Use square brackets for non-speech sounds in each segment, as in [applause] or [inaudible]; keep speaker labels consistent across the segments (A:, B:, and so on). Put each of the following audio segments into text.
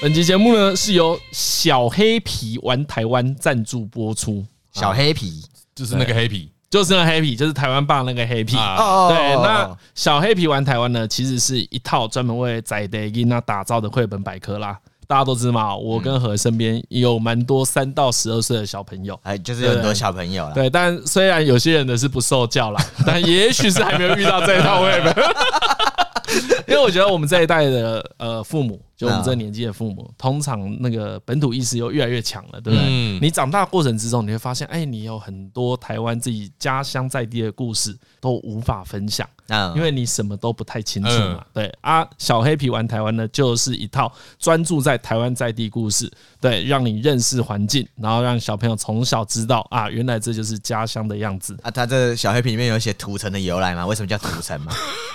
A: 本集节目呢是由小黑皮玩台湾赞助播出，
B: 小黑
A: 啊
B: 皮
C: 就是那个黑皮
A: 就是那黑皮，就是台湾爸那个黑皮。
C: 啊，
B: 哦
A: 对，那小黑皮玩台湾呢，其实是一套专门为在地囡那打造的绘本百科啦。大家都知道嘛，我跟何身边有蛮多三到十二岁的小朋友。
B: 哎，就是有很多小朋友啦。
A: 对，但虽然有些人的是不受教啦， [laughs] 但也许是还没有 [laughs] 遇到这一套绘本。因为我觉得我们这一代的呃父母，就我们这年纪的父母，通常那个本土意识又越来越强了，对不对？
C: 嗯
A: 你长大过程之中，你会发现，哎，你有很多台湾自己家乡在地的故事都无法分享，
B: 嗯，
A: 因为你什么都不太清楚嘛。对啊，小黑皮玩台湾呢，就是一套专注在台湾在地故事，对，让你认识环境，然后让小朋友从小知道啊，原来这就是家乡的样子。
B: 啊，他这小黑皮里面有写土城的由来吗？为什么叫土城吗？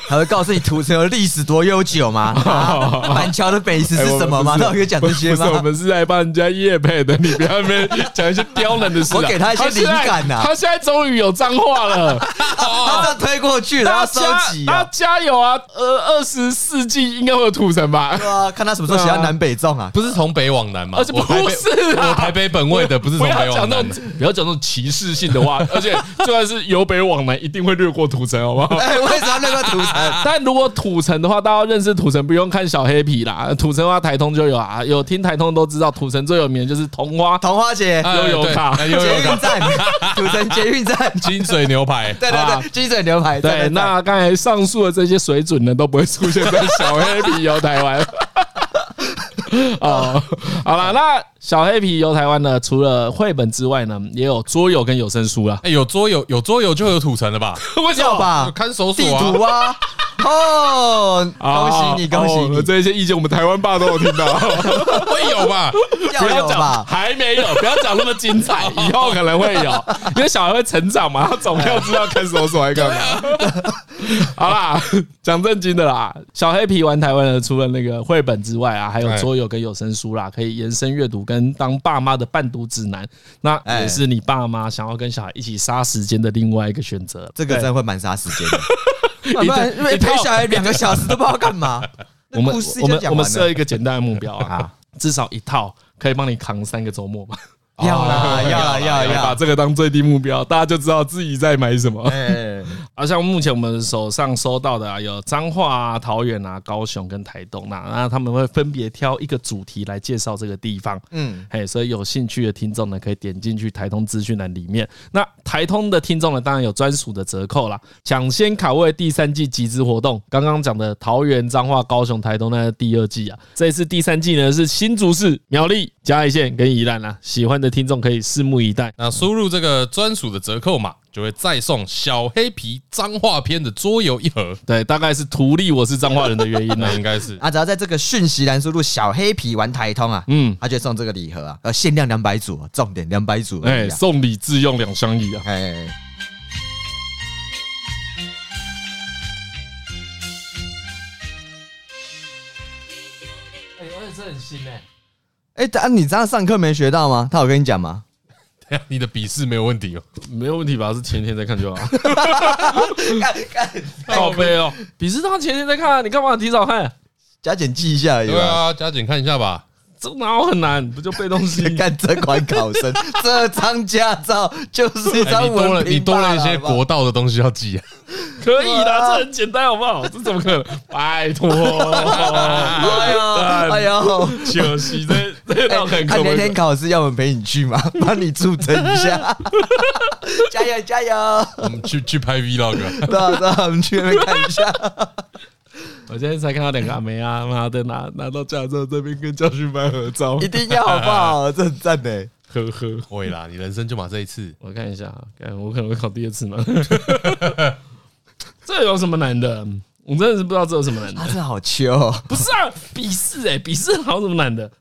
B: 他会告诉你土城的历史多悠
A: [laughs]
B: 久吗？啊板桥的美食是什么吗？
A: 哎我们不是
B: 他有讲这些
A: 不是，我
B: 吗？
A: 们是在帮人家夜配的，你不要在那边讲一些刁难的事啊、
B: 我给他一些灵感啊
A: 他现在他现在终于有脏话了，
B: [laughs] 他这样推过去，然
A: 大
B: 后
A: 家
B: 收集
A: 大家
B: 啊。
A: 加油啊！呃，二十世纪应该会有土城吧？
B: 对啊，看他什么时候写到南北纵啊。
C: 不是从北往南吗？
A: 而且
C: 我台北
A: 哦不是啊
C: 我台北
A: [laughs]
C: 本位的不是
A: 不
C: 从
A: 要
C: 北往
A: 讲那
C: 南
A: 种，不要讲那种歧视性的
C: [laughs]
A: 话，而且就算是由北往南，一定会略过土城，好不好？
B: 哎，为什么要那个土
C: 啊
B: 城？
A: 但如果土城的话，大家要认识土城不用看小黑皮啦，土城的话台通就有啊，有听台通都知道，土城最有名的就是桐花
B: 桐花节
C: 哎
A: 悠游卡
C: 对哎悠
B: 捷
C: 游
B: 运
A: [laughs]
C: 卡，
B: 站，土城捷运站。
C: 金水牛排，
B: 对
A: 啊
B: 对对，鸡嘴牛排。在
A: 对，那刚才上述的这些水准呢，都不会出现在小黑皮游台湾。
C: [laughs]
A: 哦，好了，那小黑皮游台湾呢，除了绘本之外呢，也有桌游跟有声书啦。 [laughs]
C: 哎，有桌游，有桌游就有土城了吧？
A: 为什
B: 要吧，
C: 看守
B: 地
C: 所
B: 图
C: 啊，
B: 啊。哦，
A: [laughs]
B: 恭喜你，恭喜
A: 哦
B: 你！
A: 这些意见我们台湾爸都有听
B: [laughs]
A: 到。
C: 会有吧？
A: 不
B: 要
A: 要
B: 有
A: 讲，
B: 吧？哦
A: 还没有，不要讲那么精
B: [laughs]
A: 彩，以后可能会有，因为小孩会成长嘛，他总要知道
B: [laughs]
A: 看守所来干
C: 啊
A: 嘛。好啦，讲正经的啦，小黑皮玩台湾的，除了那个绘本之外啊，还有
C: 哎
A: 桌游跟有声书啦，可以延伸阅读跟当爸妈的伴读指南，那
B: 哎
A: 也是你爸妈想要跟小孩一起杀时间的另外一个选择。
B: 这个
A: 对
B: 真的会蛮杀时间的，啊
A: 一
B: 不然
A: 套
B: 因为陪小孩两个小时都不知道干嘛。
A: [laughs] 我们
B: 那故事
A: 我
B: 就
A: 们
B: 讲
A: 我们
B: 完了
A: 设一个简单的目标
B: [laughs]
A: 啊，至少一套可以帮你扛三个周末嘛。
B: 要
A: 啊
B: 啦要啦要啦
A: 来把
B: 要！
A: 这个当最低目标，大家就知道自己在买什么。
B: [laughs] 哎，
A: 啊，像目前我们手上收到的啊，有彰化啊、桃园啊、高雄跟台东啊，那他们会分别挑一个主题来介绍这个地方。
B: 嗯，
A: 嘿，所以有兴趣的听众呢，可以点进去台通资讯栏里面。那台通的听众呢，当然有专属的折扣啦。抢先卡位第三季集资活动，刚刚讲的桃园、彰化、高雄、台东那是第二季啊，这一次第三季呢是新竹市、苗栗、嘉义县跟宜兰啦、喜欢的听众可以拭目以待。
C: 那输入这个专属的折扣码，就会再送小黑皮脏话篇的桌游一盒，
A: 对，大概是图利我是彰化人的原因呢
C: [laughs] 那。应该是
B: 啊，只要在这个讯息栏输入“小黑皮玩台通”啊，
A: 嗯
B: 嗯，他就送这个礼盒啊，呃，限量两百组啊，重点两百组而
A: 哎，
B: 已啊。
A: 送礼自用两相宜啊。
B: 哎，
A: 哎，而且这很新哎。
B: 哎，啊，你这样上课没学到吗？他有跟你讲吗？
C: 等一下你的笔试没有问题哦。
A: 没有问题吧？是前天在看就 [laughs] 好。
B: 看
A: 好悲哦，比斯他前天在看啊，你干嘛提早看？
B: 加减记一下而已
C: 对
B: 吧。
C: 啊，加紧看一下吧。
A: 这哪有很难？不就背东 [laughs] 西？
B: 看这款考
C: [laughs]
B: 生，这张驾照就是一
C: 哎
B: 张
C: 你多了，
B: 文凭罢
C: 你多了一些
B: 好不好
C: 国道的东西要记啊。
A: 可以的，这很简单，好不好？这怎么可能？拜托，
B: 哎呦，
C: [laughs]
B: 哎呦，
A: 可惜这这
B: 哎
A: 道很
B: 啊
A: 可
B: 你那
A: 悲
B: 天。考试要我们陪你去吗？ [laughs] 帮你助阵一
C: [laughs]
B: 下，加油加油！
C: 我们去去拍 vlog， [laughs]
B: 对啊对啊，我们去那边看一下。
A: 我今天才看到两个阿梅啊，妈的拿拿到驾照这边跟教训班合照
B: 一，定要好不好？这很赞呢。
A: 呵呵。
C: 会啦，你人生就嘛这一次。
A: 我看一下啊，看我可能会考第二次嘛。 [laughs] 这有什么难的？我真的是不知道这有什么难
B: 啊，
A: 的。
B: 这好秋哦，
A: 不是啊，笔试哎，笔试好什么难的？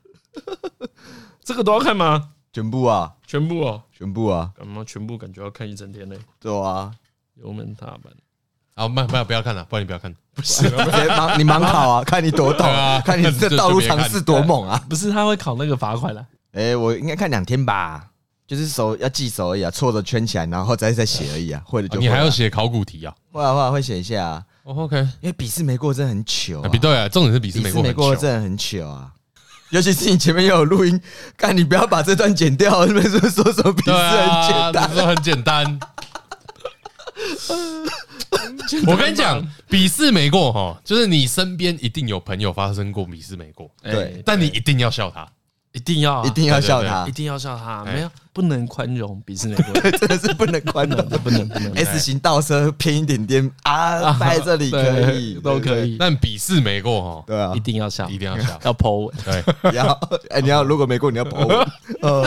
A: 这个都要看吗？
B: 全部啊，
A: 全部哦，
B: 全部啊，
A: 干嘛全部感觉要看一整天嘞？
B: 对啊，
A: 油门踏板，
C: 啊，慢慢不要看了，不然你不要看。
A: 不是
B: [laughs] 直接盲你盲考啊，看你多懂
C: 啊对
B: 啊
C: 啊，
B: 看你这道路尝试多猛啊！
A: 不是，他会考那个罚 [laughs] 款啦。啊
B: 哎，我应该看两天吧，就是手要记熟而已啊，错的圈起来，然后再再写而已啊，会的就
C: 哦你还
B: 会啊
C: 要写考古题啊
B: 会啊会啊会写一下啊，
C: 哦？OK，
B: 因为笔试没过真的很糗啊
C: 啊，比对啊，重点是笔试
B: 笔
C: 没
B: 试
C: 过
B: 没
C: 很
B: 过
C: 久。
B: 真的很糗啊。尤其是你前面又有录音，看你不要把这段剪掉，你们是不是说什么笔试
C: 对
B: 很
C: 啊，
B: 简单？
C: 这很简单。
A: [laughs]
C: 我跟你讲，笔试没过哈，就是你身边一定有朋友发生过笔试没过，
B: 对
C: 但你一定要笑他。
A: 哎一定要啊
B: 一定要笑他
A: 一，定要笑他，
C: 哎
A: 没有不能宽容鄙视美国人，
B: 真的是 [laughs] 不能宽
A: 不
B: 容
A: 能
B: 的。
A: [laughs] 不能不能
B: S 型倒车偏一点点啊，在这里
A: [laughs]
B: 可
A: 对
B: 以，
A: 都
B: 对不对
A: 可，以，
C: 但笔试没过哈，
B: 对啊
A: 一，定要笑，
C: 一定要笑。
A: 要 Po 文，
C: 对，
B: [laughs] 你要哎，你要如果没过，你要跑我。呃，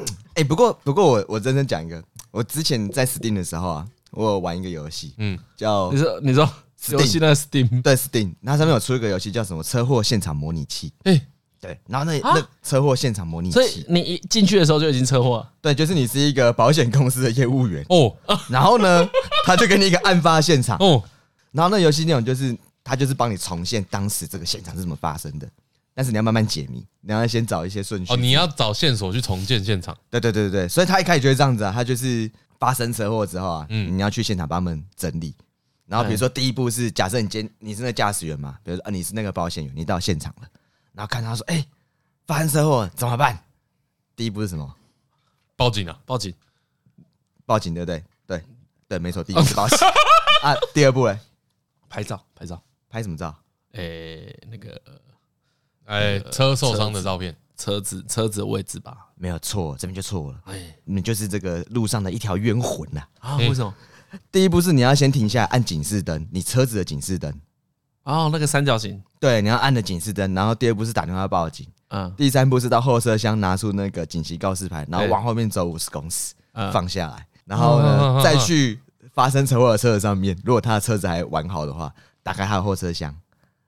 B: [coughs] 哎，不过不过我我认真讲一个，我之前在 Steam 的时候啊，我有玩一个游戏
C: 嗯，
B: 叫
A: 你说你说游戏那 Steam
B: 对 Steam，那上面有出一个游戏叫什么车祸现场模拟器。
C: 哎，
B: 对，然后那
A: 啊
B: 那车祸现场模拟
A: 所以
B: 器，
A: 你一进去的时候就已经车祸了，
B: 对，就是你是一个保险公司的业务员，
C: 哦
B: 然后呢，他就给你一个案发现场，
C: 哦，
B: 然后那游戏内容就是他就是帮你重现当时这个现场是怎么发生的，但是你要慢慢解谜，你要先找一些顺序。
C: 哦，你要找线索去重建现场。
B: 对对对对对，所以他一开始就会这样子啊，他就是发生车祸之后啊，
C: 嗯
B: 你要去现场帮他们整理。然后比如说第一步是假设你今天你是那个驾驶员嘛，比如说啊你是那个保险员，你到现场了，然后看他说哎、发生车祸了怎么办？第一步是什么？
C: 报警啊！
A: 报警，
B: 报警对不对？对对没错，第一步是报警啊。第二步嘞，
A: 拍照拍照，
B: 拍什么照？
A: 诶，那个
C: 哎，车受伤的照片，
A: 车子车子的位置吧，
B: 没有错，这边就错了，
A: 哎
B: 你就是这个路上的一条冤魂呐、
A: 啊，为什么？
B: 第一步是你要先停下来按警示灯，你车子的警示灯。
A: 哦，那个三角形，
B: 对，你要按了警示灯，然后第二步是打电话报警，
A: 嗯
B: 第三步是到后车厢拿出那个紧急告示牌，然后往后面走五十公尺
A: 嗯，
B: 放下来，然后
C: 嗯嗯嗯嗯
B: 呢再去发生车祸的车子上面，如果他的车子还完好的话，打开他的后车厢，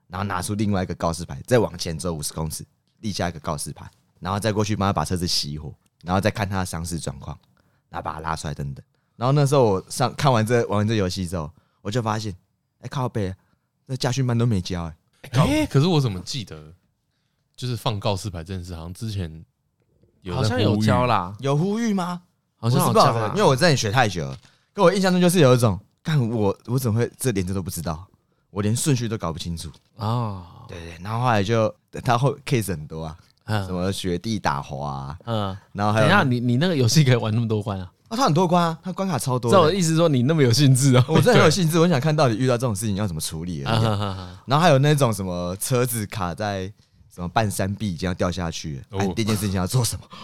B: 然后拿出另外一个告示牌，再往前走五十公尺，立下一个告示牌，然后再过去帮他把车子熄火，然后再看他的伤势状况，然后把他拉出来等等。然后那时候我上看完这玩完这游戏之后，我就发现，哎、靠背，那驾训班都没教、哎，
C: 哎，可是我怎么记得，就是放告示牌这件事，好像之前有
A: 好
C: 在
A: 像有
C: 呼吁
A: 教啦，
B: 有呼吁吗？
A: 好像
B: 我
A: 有
B: 是不知
A: 教
B: 道的
A: 啦，
B: 因为我真的学太久了。跟我印象中就是有一种，看我我怎么会这连这都不知道，我连顺序都搞不清楚。
A: 啊，
B: 对对，对然后后来就他后 case 很多啊，什
A: 嗯
B: 么雪地打滑、啊，
A: 嗯，
B: 然后还
A: 等
B: 有
A: 一下，你你那个游戏可以玩那么多关啊？
B: 啊，他很多关啊，他关卡超多
A: 照我的
B: 的。
A: 意思说，你那么有兴致
B: [laughs]
A: 哦。啊
B: 我真的很有兴致，我想看到底遇到这种事情要怎么处理而已。然后还有那种什么车子卡在什么半山壁，已经要掉下去了，
C: 哦
B: 哎，第一件事情要做什么？ [laughs]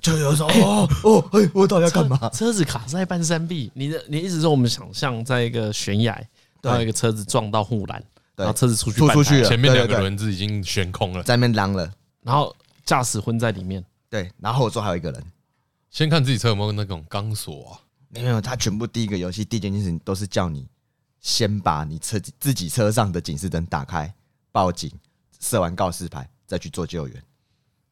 B: 就有 [coughs] 种哦哦，哎，我到底要干嘛？
A: 车子卡在半山壁，你的你一直说我们想象在一个悬崖，
B: 对
A: 然后一个车子撞到护栏，
B: 对
A: 然后车子出去
B: 突
A: 半
B: 出
A: 台
B: 去了
C: 前面
B: 对
C: 两
B: 对
C: 个
B: 对
C: 轮子已经悬空了。
B: 在那边嚷了，
A: 然后驾驶昏在里面，
B: 对，然后我座还有一个人。
C: 先看自己车有没有那种钢索啊，
B: 没有，他全部第一个游戏第一件事情都是叫你先把你车自己车上的警示灯打开，报警，设完告示牌，再去做救援。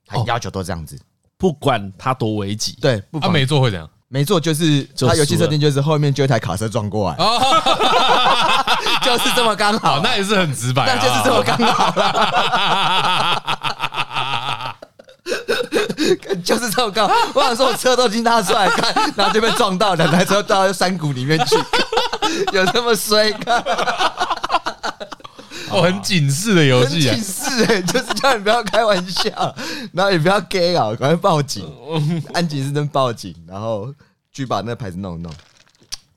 B: 他
A: 哦
B: 要求都这样子，
A: 不管它多危急，
B: 对，不
C: 他
B: 妨、
C: 啊没做会怎样？
B: 啊没错，就是
A: 就
B: 他游戏
A: 输了
B: 设定就是后面就一台卡车撞过来， [laughs] 就是这么刚哦好
C: 哦，，那也是很直白啊，
B: 那就是这么刚好了， [laughs] 就是这么刚好。我想说，我车都已经拿出来看，然后就被撞到，两台车掉到山谷里面去， [laughs] 有这么衰？看
C: 哦，很警示的游
B: 很
C: 戏啊
B: 警。示哎、就是叫你不要开玩笑，然后也不要 gay 啊，赶快报警， [laughs] 按警示灯报警，然后去把那牌子弄一弄。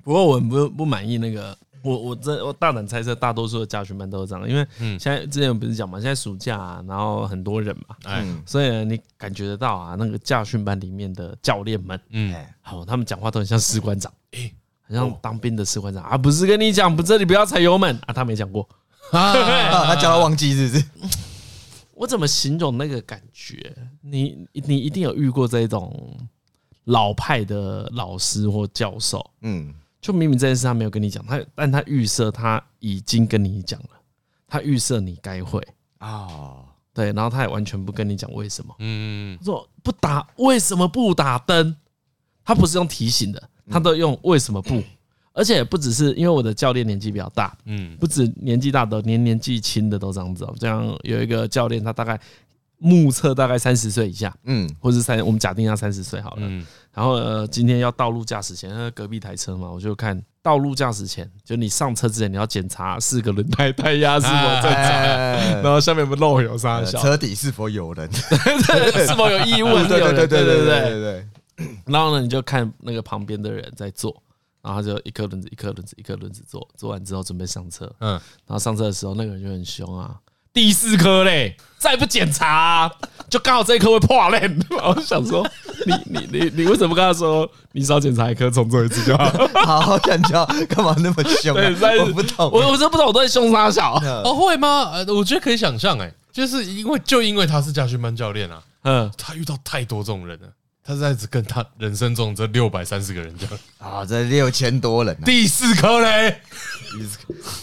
A: 不过我很不不满意那个，我我真我大胆猜测，大多数的家训班都是这样，因为现在之前不是讲嘛，现在暑假、啊，然后很多人嘛，
B: 嗯
C: 哎，
A: 所以呢你感觉得到啊，那个驾训班里面的教练们，
C: 嗯，
B: 哎
A: 好，他们讲话都很像士官长，
C: 哎
A: 很像当兵的士官长啊，不是跟你讲，不这里不要踩油门啊，他没讲过，
C: 啊
B: 啊，他叫他忘记是不是？
A: 我怎么形容那个感觉？你你一定有遇过这种老派的老师或教授，
B: 嗯，
A: 就明明这件事他没有跟你讲，他但他预设他已经跟你讲了，他预设你该会，
B: 哦，
A: 对，然后他也完全不跟你讲为什么，
C: 嗯，
A: 他说不打为什么不打灯，他不是用提醒的，
C: 嗯
A: 他都用为什么不，而且不只是因为我的教练年纪比较大，
C: 嗯
A: 不止年纪大的，连年纪轻的都这样子、哦。这样有一个教练，他大概目测大概三十岁以下，
B: 嗯，
A: 或是三，我们假定要三十岁好了。
C: 嗯，
A: 然后呃，今天要道路驾驶前，那隔壁台车嘛，我就看道路驾驶前，就你上车之前你要检查四个轮胎胎压是否正常，
B: 哎
A: 然后下面有没有漏油啥
B: 呃
A: 小，
B: 车底是否有人？
A: 是否有异物？
B: 对对
A: 对
B: 对对对
A: 对。
B: 对
A: 然后呢，你就看那个旁边的人在做，然后他就一颗轮子一颗轮子一颗轮子做，做完之后准备上车，
C: 嗯，
A: 然后上车的时候那个人就很凶啊，第四颗嘞，再不检查啊、就刚好这一颗会破嘞。 [laughs] 我就想说，你你你你为什么跟他说你少检查一颗，重做一次就好？
B: [laughs] 对，好好讲究，干嘛那么凶啊
A: 对，但？是
B: 我不懂，
A: 我我真不懂，我都在凶他小。
C: 哦会吗？呃，我觉得可以想象，哎，就是因为就因为他是家训班教练啊，
A: 嗯，
C: 他遇到太多这种人了。他在只跟他人生中这六百三十个人讲，
B: 啊，这六千多人啊，
C: 第四颗嘞，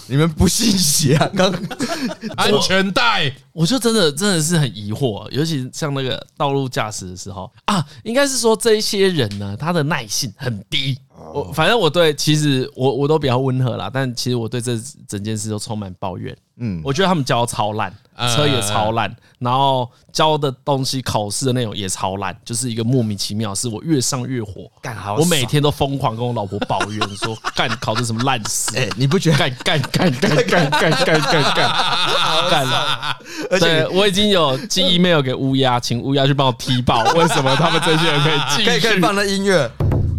B: 你们不信邪啊？刚 [laughs]
C: 安全带，
A: 我就真的真的是很疑惑、尤其像那个道路驾驶的时候啊，应该是说这一些人呢，他的耐性很低。我反正我对其实我我都比较温和啦，但其实我对这整件事都充满抱怨。
B: 嗯，
A: 我觉得他们教超烂，
C: 嗯
A: 车也超烂，然后教的东西、考试的内容也超烂，就是一个莫名其妙，是我越上越火。
B: 干好
A: 我每天都疯狂跟我老婆抱怨
C: [laughs]
A: 说，干考的什么烂事，
B: 哎，你不觉得？
A: 干干干干干干干干干干了。
B: 而
A: 对
B: 且，呃
A: 我已经有寄 email 给乌鸦，请乌鸦去帮我踢
B: [laughs]
A: 爆。为什么他们这些人可以继续？
B: 可以可以放那音乐。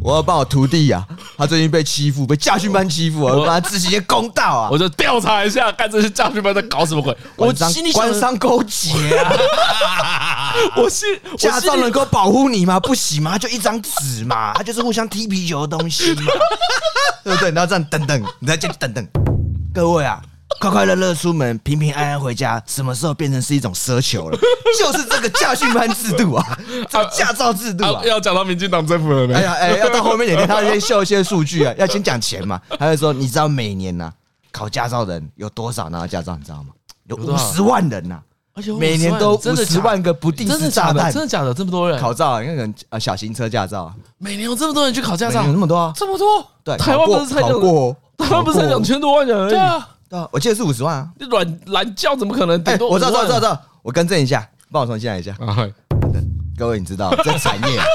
B: 我要帮我徒弟啊，他最近被欺负，被驾训班欺负啊，我要帮他自己一个公道啊
A: 我！就调查一下，看这些教训班在搞什么鬼。我
B: 官商
A: 心里想
B: 官，商勾结啊，
A: 我心我心
B: 驾
A: 里
B: 照能够保护你吗？不行吗？就一张纸嘛，它就是互相踢皮球的东西
A: [laughs]
B: 嘛，对不对？然后这样等等，你在这里等等，各位啊。快快乐乐出门，平平安安回家，什么时候变成是一种
A: [laughs]
B: 奢求了？就是这个驾训班制度啊，这个驾照制度
A: 啊，
B: 啊
A: 要讲到民进党政府了没？
B: 哎呀，哎，要到后面一点，他先秀一些数据啊，要先讲钱嘛。他就说，你知道每年呐、考驾照的人有多少拿到驾照，你知道吗？有
A: 多
B: 五
A: 少
B: 十万人呐、啊
A: 而且
B: 每年都
A: 真
B: 五
A: 的
B: 十
A: 假
B: 万个不定
A: 真的
B: 时
A: 假
B: 炸
A: 的？
B: 弹
A: 真的假的？这么多人，
B: 考照啊，那个呃小型车驾照啊，
A: 每年有这么多人去考驾
B: 每
A: 照
B: 年有，那么多啊，
C: 这么多，
B: 对，
A: 台
B: 考
A: 湾
B: 过
A: 不是才
B: 考
A: 两
B: 过哦，
A: 他们不是
B: 考过
A: 两
B: 哦
A: 千多万人而
C: 对
A: 已。
C: 啊，
B: 对啊，我记得是五十万啊。
A: 你软懒觉怎么可能？
B: 哎
A: 顶，多
B: 我知道，
A: 50
B: 知道，
A: 万
B: 知道，知道，我更正一下，帮我重新来一下。
A: 啊，嗨
B: 各位，你
A: [laughs]
B: 知道这产业啊，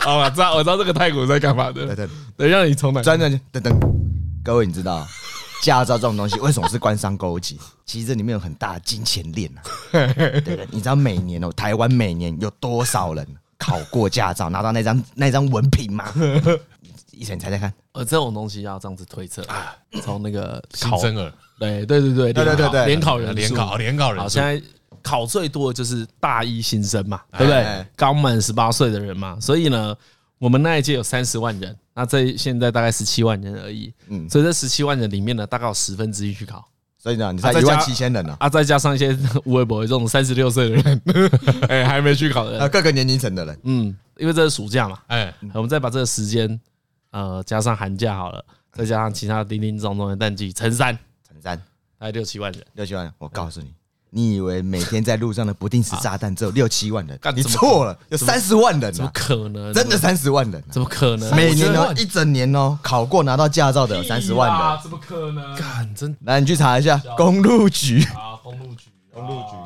A: 好了，知道我知道这个泰国在干嘛
B: 对
A: 的。
B: 对，
A: 等让你从哪？
B: 转转等等，各位，你知道驾照这种东西为什么是官商勾结？ [laughs] 其实这里面有很大的金钱链
A: [laughs]
B: 啊。对不对？你知道每年哦，台湾每年有多少人考过驾照，拿到那张那张文凭
A: [laughs]
B: 吗？医生，你猜猜看。
A: 呃，这种东西要这样子推测，从那个
C: 新
A: 考，
C: 增儿，
A: 对对对对
B: 对对对对
A: 联考人数
C: 联考，联考人数，
A: 好，现在考最多的就是大一新生嘛，
C: 哎
A: 对不对
B: 哎？
A: 刚满十八岁的人嘛，所以呢，我们那一届有三十万人，那这现在大概十七万人而已。
B: 嗯，
A: 所以这十七万人里面呢，大概有十分之一去考
B: 所以呢，你猜
A: 啊再
B: 一
A: 加
B: 万七千人呢、
A: 啊，再加上一些 [laughs] 微博这种三十六岁的人， [laughs] 哎、还没去考的
B: [laughs] 啊，
A: 人，
B: 各个年龄层的人，
A: 嗯，因为这是暑假嘛，
C: 哎，
A: 我们再把这个时间呃加上寒假好了，再加上其他零零总总的淡季，乘三
B: 陈三
A: 大概六七万人。
B: 六七万人。我告诉你，你以为每天在路上的不定时炸弹只有六七万人
A: 啊干？
B: 你
A: 怎么
B: 错了，有三十万人
A: 怎么
B: 啊，
A: 可能？
B: 真的三十万人啊、
A: 怎么可能？
B: 每年
C: 30
B: 哦
C: 万，
B: 一整年哦，考过拿到驾照的有三十万人。，
A: 怎么可能？
C: 干真
B: 来，你去查一下公路局，
A: 啊，公路局，公
B: 路局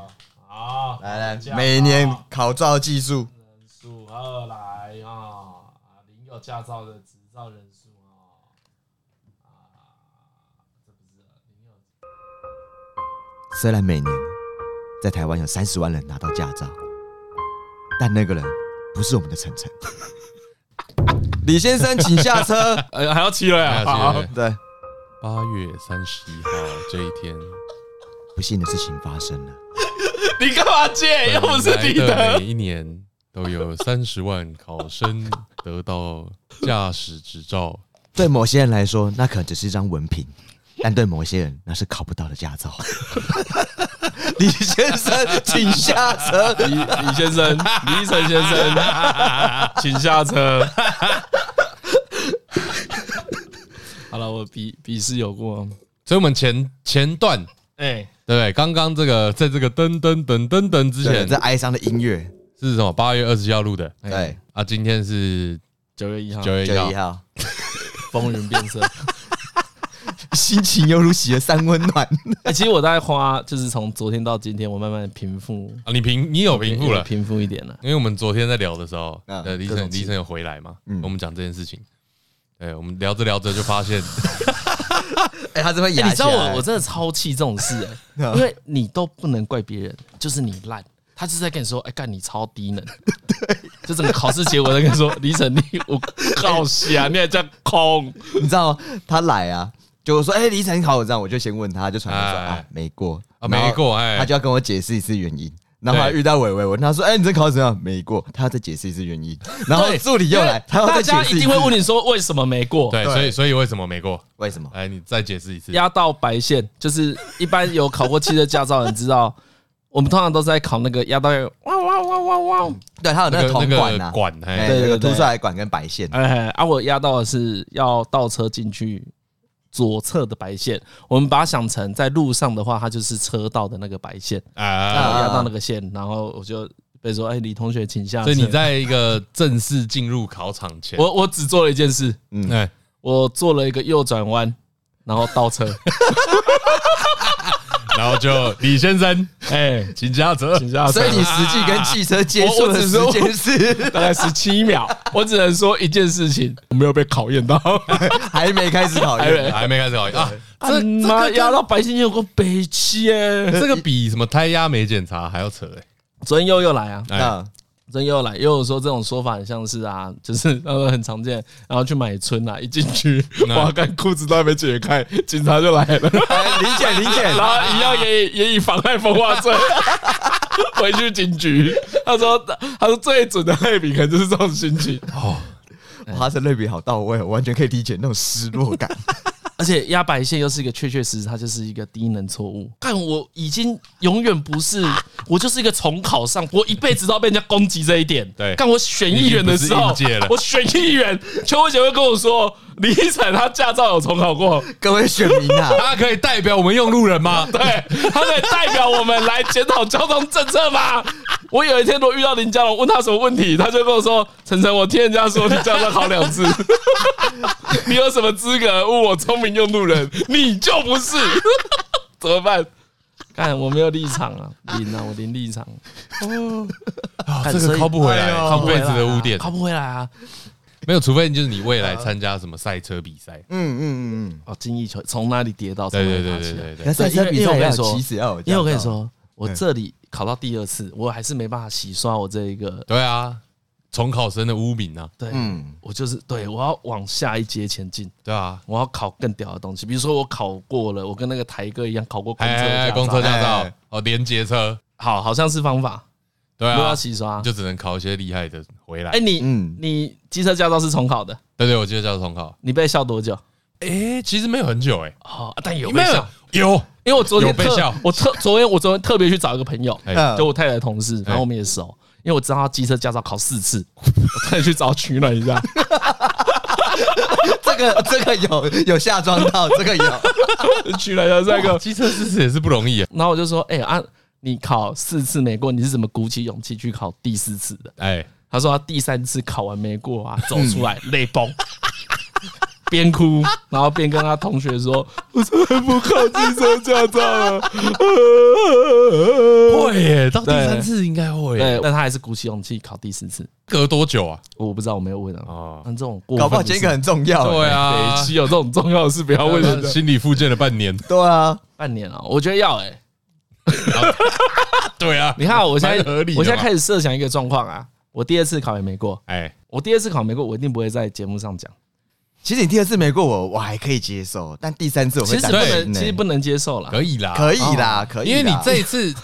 A: 啊，
B: 来来，每年考照技术，
A: 数二来啊，领有驾照的执照人数啊，
B: 虽然每年在台湾有三十万人拿到驾照，但那个人不是我们的晨 [laughs] 晨。李先生，请下车。
A: 呃，还要七了呀，
C: 还要七
A: 好
C: 了
B: 对，
C: 八月三十一号这一天，
B: 不幸的事情发生了。
A: 你干嘛借？哎啊又不是你
C: 本来
A: 的，
C: 每一年都有三十万考生得到驾驶执照，
B: 对某些人来说，那可能只是一张文凭，但对某些人，那是考不到的驾照。 [laughs] 李先生，请下车。
A: 李李先生，李依晨先生，请下车。好了，我笔笔试有过，
C: 所以我们前前段。
A: 哎，
C: 对不对？刚刚这个，在这个噔噔噔噔噔之
B: 对，
C: 前
B: 这哀伤的音乐，
C: 是什么？八月二十号录的
B: 对，
C: 啊，今天是
A: 九月一号，
C: 九月
B: 啊九
C: 一号
B: 一，号，
A: 风云变色，
B: 心情犹如洗了三温暖。
A: 哎，其实我大概花就是从昨天到今天，我慢慢地平复，
C: 啊，你平你有平复了，
A: 平复一点了。
C: 因为我们昨天在聊的时候，
B: 嗯
C: 呃，李
B: 各种
C: 晨
B: 情
C: 李晨有回来嘛，
B: 嗯
C: 我们讲这件事情，对，我们聊着聊着就发现，
B: 哎、他这边
A: 哎
B: 牙、
A: 你知道我我真的超气这种事哎、因为你都不能怪别人，就是你烂。他就是在跟你说，哎、干你超低能， [laughs] 对，就整个考试结果在跟你说，李晨你我靠瞎，你还这样空，
B: 你知道吗他来啊，就说哎、李晨你考我这样，我就先问他，就传来说
C: 哎
B: 啊没过
C: 啊
B: 然后
C: 没过哎
B: 他就要跟我解释一次原因。然后还
C: 对
B: 遇到伟伟，我跟他说：“哎、你这考怎么样？没过。”他要再解释一次原因。然后
A: 对
B: 助理又来，他要
A: 大
B: 再
A: 家
B: 解释
A: 一定会
B: 次
A: 问你说为什么没过，
C: 对，
B: 对
C: 所以所以为什么没过？
B: 为什么？
C: 来，你再解释一次。
A: 压到白线，就是一般有考过汽车驾照的人知道，我们通常都是在考那个压到哇哇哇哇哇，
B: 对，他有那
C: 那
B: 个
C: 个那
B: 铜管呐、
C: 个
B: 啊，
C: 管，
B: 哎
A: 对
C: 哎，
A: 对
B: 那个
A: 对
B: 凸出来的管跟白线。
A: 哎啊，我压到的是要倒车进去左侧的白线，我们把它想成在路上的话，它就是车道的那个白线，
C: 啊，
B: 啊
A: 压到那个线，然后我就被说，哎，李同学请下车。
C: 啊所以你在一个正式进入考场前，
A: 我我只做了一件事，
C: 哎，
A: 我做了一个右转弯，然后倒车，
C: 然后就李先生，
A: [laughs] 哎，
C: 请下车，
A: 请下车。
B: 所以你实际跟汽车接
A: 啊
B: 触
A: 我我
B: 的
A: 只
B: 时
A: 是
B: 间是
A: 大概十七秒， [laughs] 我只能说一件事情，我没有被考 [laughs] 验到。
B: 还没开始考
A: 还没
B: 验，
C: 还没开始考啊，这
A: 这妈
C: 这
A: 压
C: 个
A: 到白线有个北七耶！
C: 这个
A: [laughs]
C: 比什么胎压没检查还要扯欸
A: 昨天又又来啊，
C: 哎，哎，
B: 啊，
A: 昨天又来，又有说这种说法很像是啊，就是 [laughs] 呃很常见，然后去买春啊，一进去
C: 嗯
A: 哇，看裤子都还没解开，警察就来了，
B: 哎理解理解
A: 然，后一样也也以妨碍风化罪。 [laughs] 回去警局，他说他说最准的类比可能就是这种心情，哎
B: 哇，这类比好到位，我完全可以理解那种失
A: [laughs]
B: 落感。
A: 而且压白线又是一个确确实实，它就是一个低能错误。但我已经永远不是，我就是一个重考上，我一辈子都要被人家攻击这一点。
C: 对
A: 干我选议员的时
C: 你已
A: 候
C: 经不是应届了，
A: 我选议员，邱慧姐会跟我说，李一晨他驾照有重考过，
B: 各位选民啊，
C: 他可以代表我们用路人吗？
A: [laughs] 对，他可以代表我们来检讨交通政策吗？我有一天如果遇到林佳龙，问他什么问题，他就跟我说：“晨晨，我听人家说你驾照考两次， [laughs] 你有什么资格问我聪明用路人？你就不是， [laughs] 怎么办？”看我没有立场啊，零啊，我零立场，
C: 啊
A: 干
C: 这
A: 所
C: 个
A: 以
C: 靠不回来，
B: 哎呦
C: 一辈子的污点
A: 靠，不回来啊！
C: 没有，除非就是你未来参加什么赛车比赛，
A: 啊
B: 嗯嗯嗯
A: 哦，金翼球从哪里跌到？
C: 对对
A: 从哪
C: 对
A: 里爬起
C: 对
A: 来
C: 对
B: 嗯，
C: 对
B: 那赛车比赛
A: 因为因为我跟
B: 要
A: 你说
B: 起始要有驾照，
A: 因为我跟你说，我这里考到第二次，我还是没办法洗刷我这一个
C: 对啊，重考生的污名啊，
A: 对，
B: 嗯，
A: 我就是对我要往下一阶前进，
C: 对啊，
A: 我要考更屌的东西。比如说我考过了，我跟那个台哥一样考过公车驾
C: 哎，
A: 照
C: 公车驾照
B: 哎
C: 哦，连接车，
A: 好，好像是方法，
C: 对
A: 如果要
C: 啊，
A: 洗刷。
C: 就只能考一些厉害的回来
A: 哎，。你
B: 嗯
A: 你机车驾照是重考的，
C: 对对，我记得叫重考，
A: 你被笑多久？
C: 哎，其实没有很久哎，
A: 哦，但有
C: 没
A: 被笑，
C: 有，
A: 因为我昨天
C: 有被
A: 特
C: 笑
A: 我特昨天我昨天特别去找一个朋友，
C: 哎
B: 嗯
A: 就我太太的同事，然后我们也熟，因为我知道他机车驾照考四次，我特地去找取暖一
C: [laughs]
A: 下。
B: 这个这个有有下装到，
A: [laughs]
B: 这个有，
A: 取暖一下这
C: 那个
A: 个，
C: 机车知识也是不容易啊，
A: 然后我就说，哎啊，你考四次没过，你是怎么鼓起勇气去考第四次的？
C: 哎，
A: 他说他第三次考完没过啊，走出来泪崩，边哭然后边跟他同学说：“我真的不考机车驾照了。
C: 会耶，到第
A: 对
C: 三次应该”会耶，
A: 对，但他还是鼓起勇气考第四次。
C: 隔多久啊？
A: 我不知道，我没有问啊。
C: 哦，
A: 但这种过分
B: 搞不好今天一个很重要。
C: 对，啊
A: 北，七哎有这种重要的事，不要问人家
C: 心理复健了半年，
B: 对啊，
A: 半年啊，我觉得要哎、
C: 对啊，
A: 你看我现在
C: 蛮合理的嘛
A: 我现在开始设想一个状况啊，我第二次考也没过，
C: 哎，
A: 我第二次考没过，我一定不会在节目上讲。
B: 其实你第二次没过我，我还可以接受，但第三次我
A: 其
B: 会
A: 实
B: 担
A: 不
B: 心
A: 能，
B: 呢
A: 其实不能接受啦。
C: 可以啦，
B: 可以啦，可以
C: 啊哦因
B: 啦，
C: 为你这一次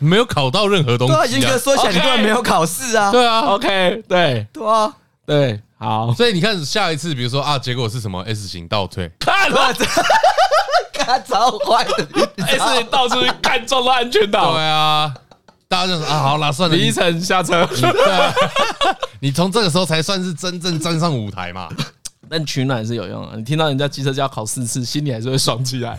C: 没有考到任何东
B: 对啊，
C: 西
B: 严格
C: 啊，
B: 说起来，你
A: OK
B: 根本没有考试啊，
C: 对啊，
A: OK，对
B: 对啊，
A: 对，好，
C: [laughs] 所以你看下一次，比如说啊，结果是什么 S 型倒退，
A: 看了。 [laughs]
B: 给他超坏的，你知道吗
A: 哎，是你到处去看撞到安全
C: 对
A: 岛。
C: 啊，大家就说啊，好啦，算了，
A: 李
C: 你
A: 依晨哦下车，
C: 对啊 [laughs] 你从这个时候才算是真正站上舞台嘛，
A: 但取暖是有用啊的。你听到人家机车驾考四次，心里还是会爽起
C: [laughs]
A: 来。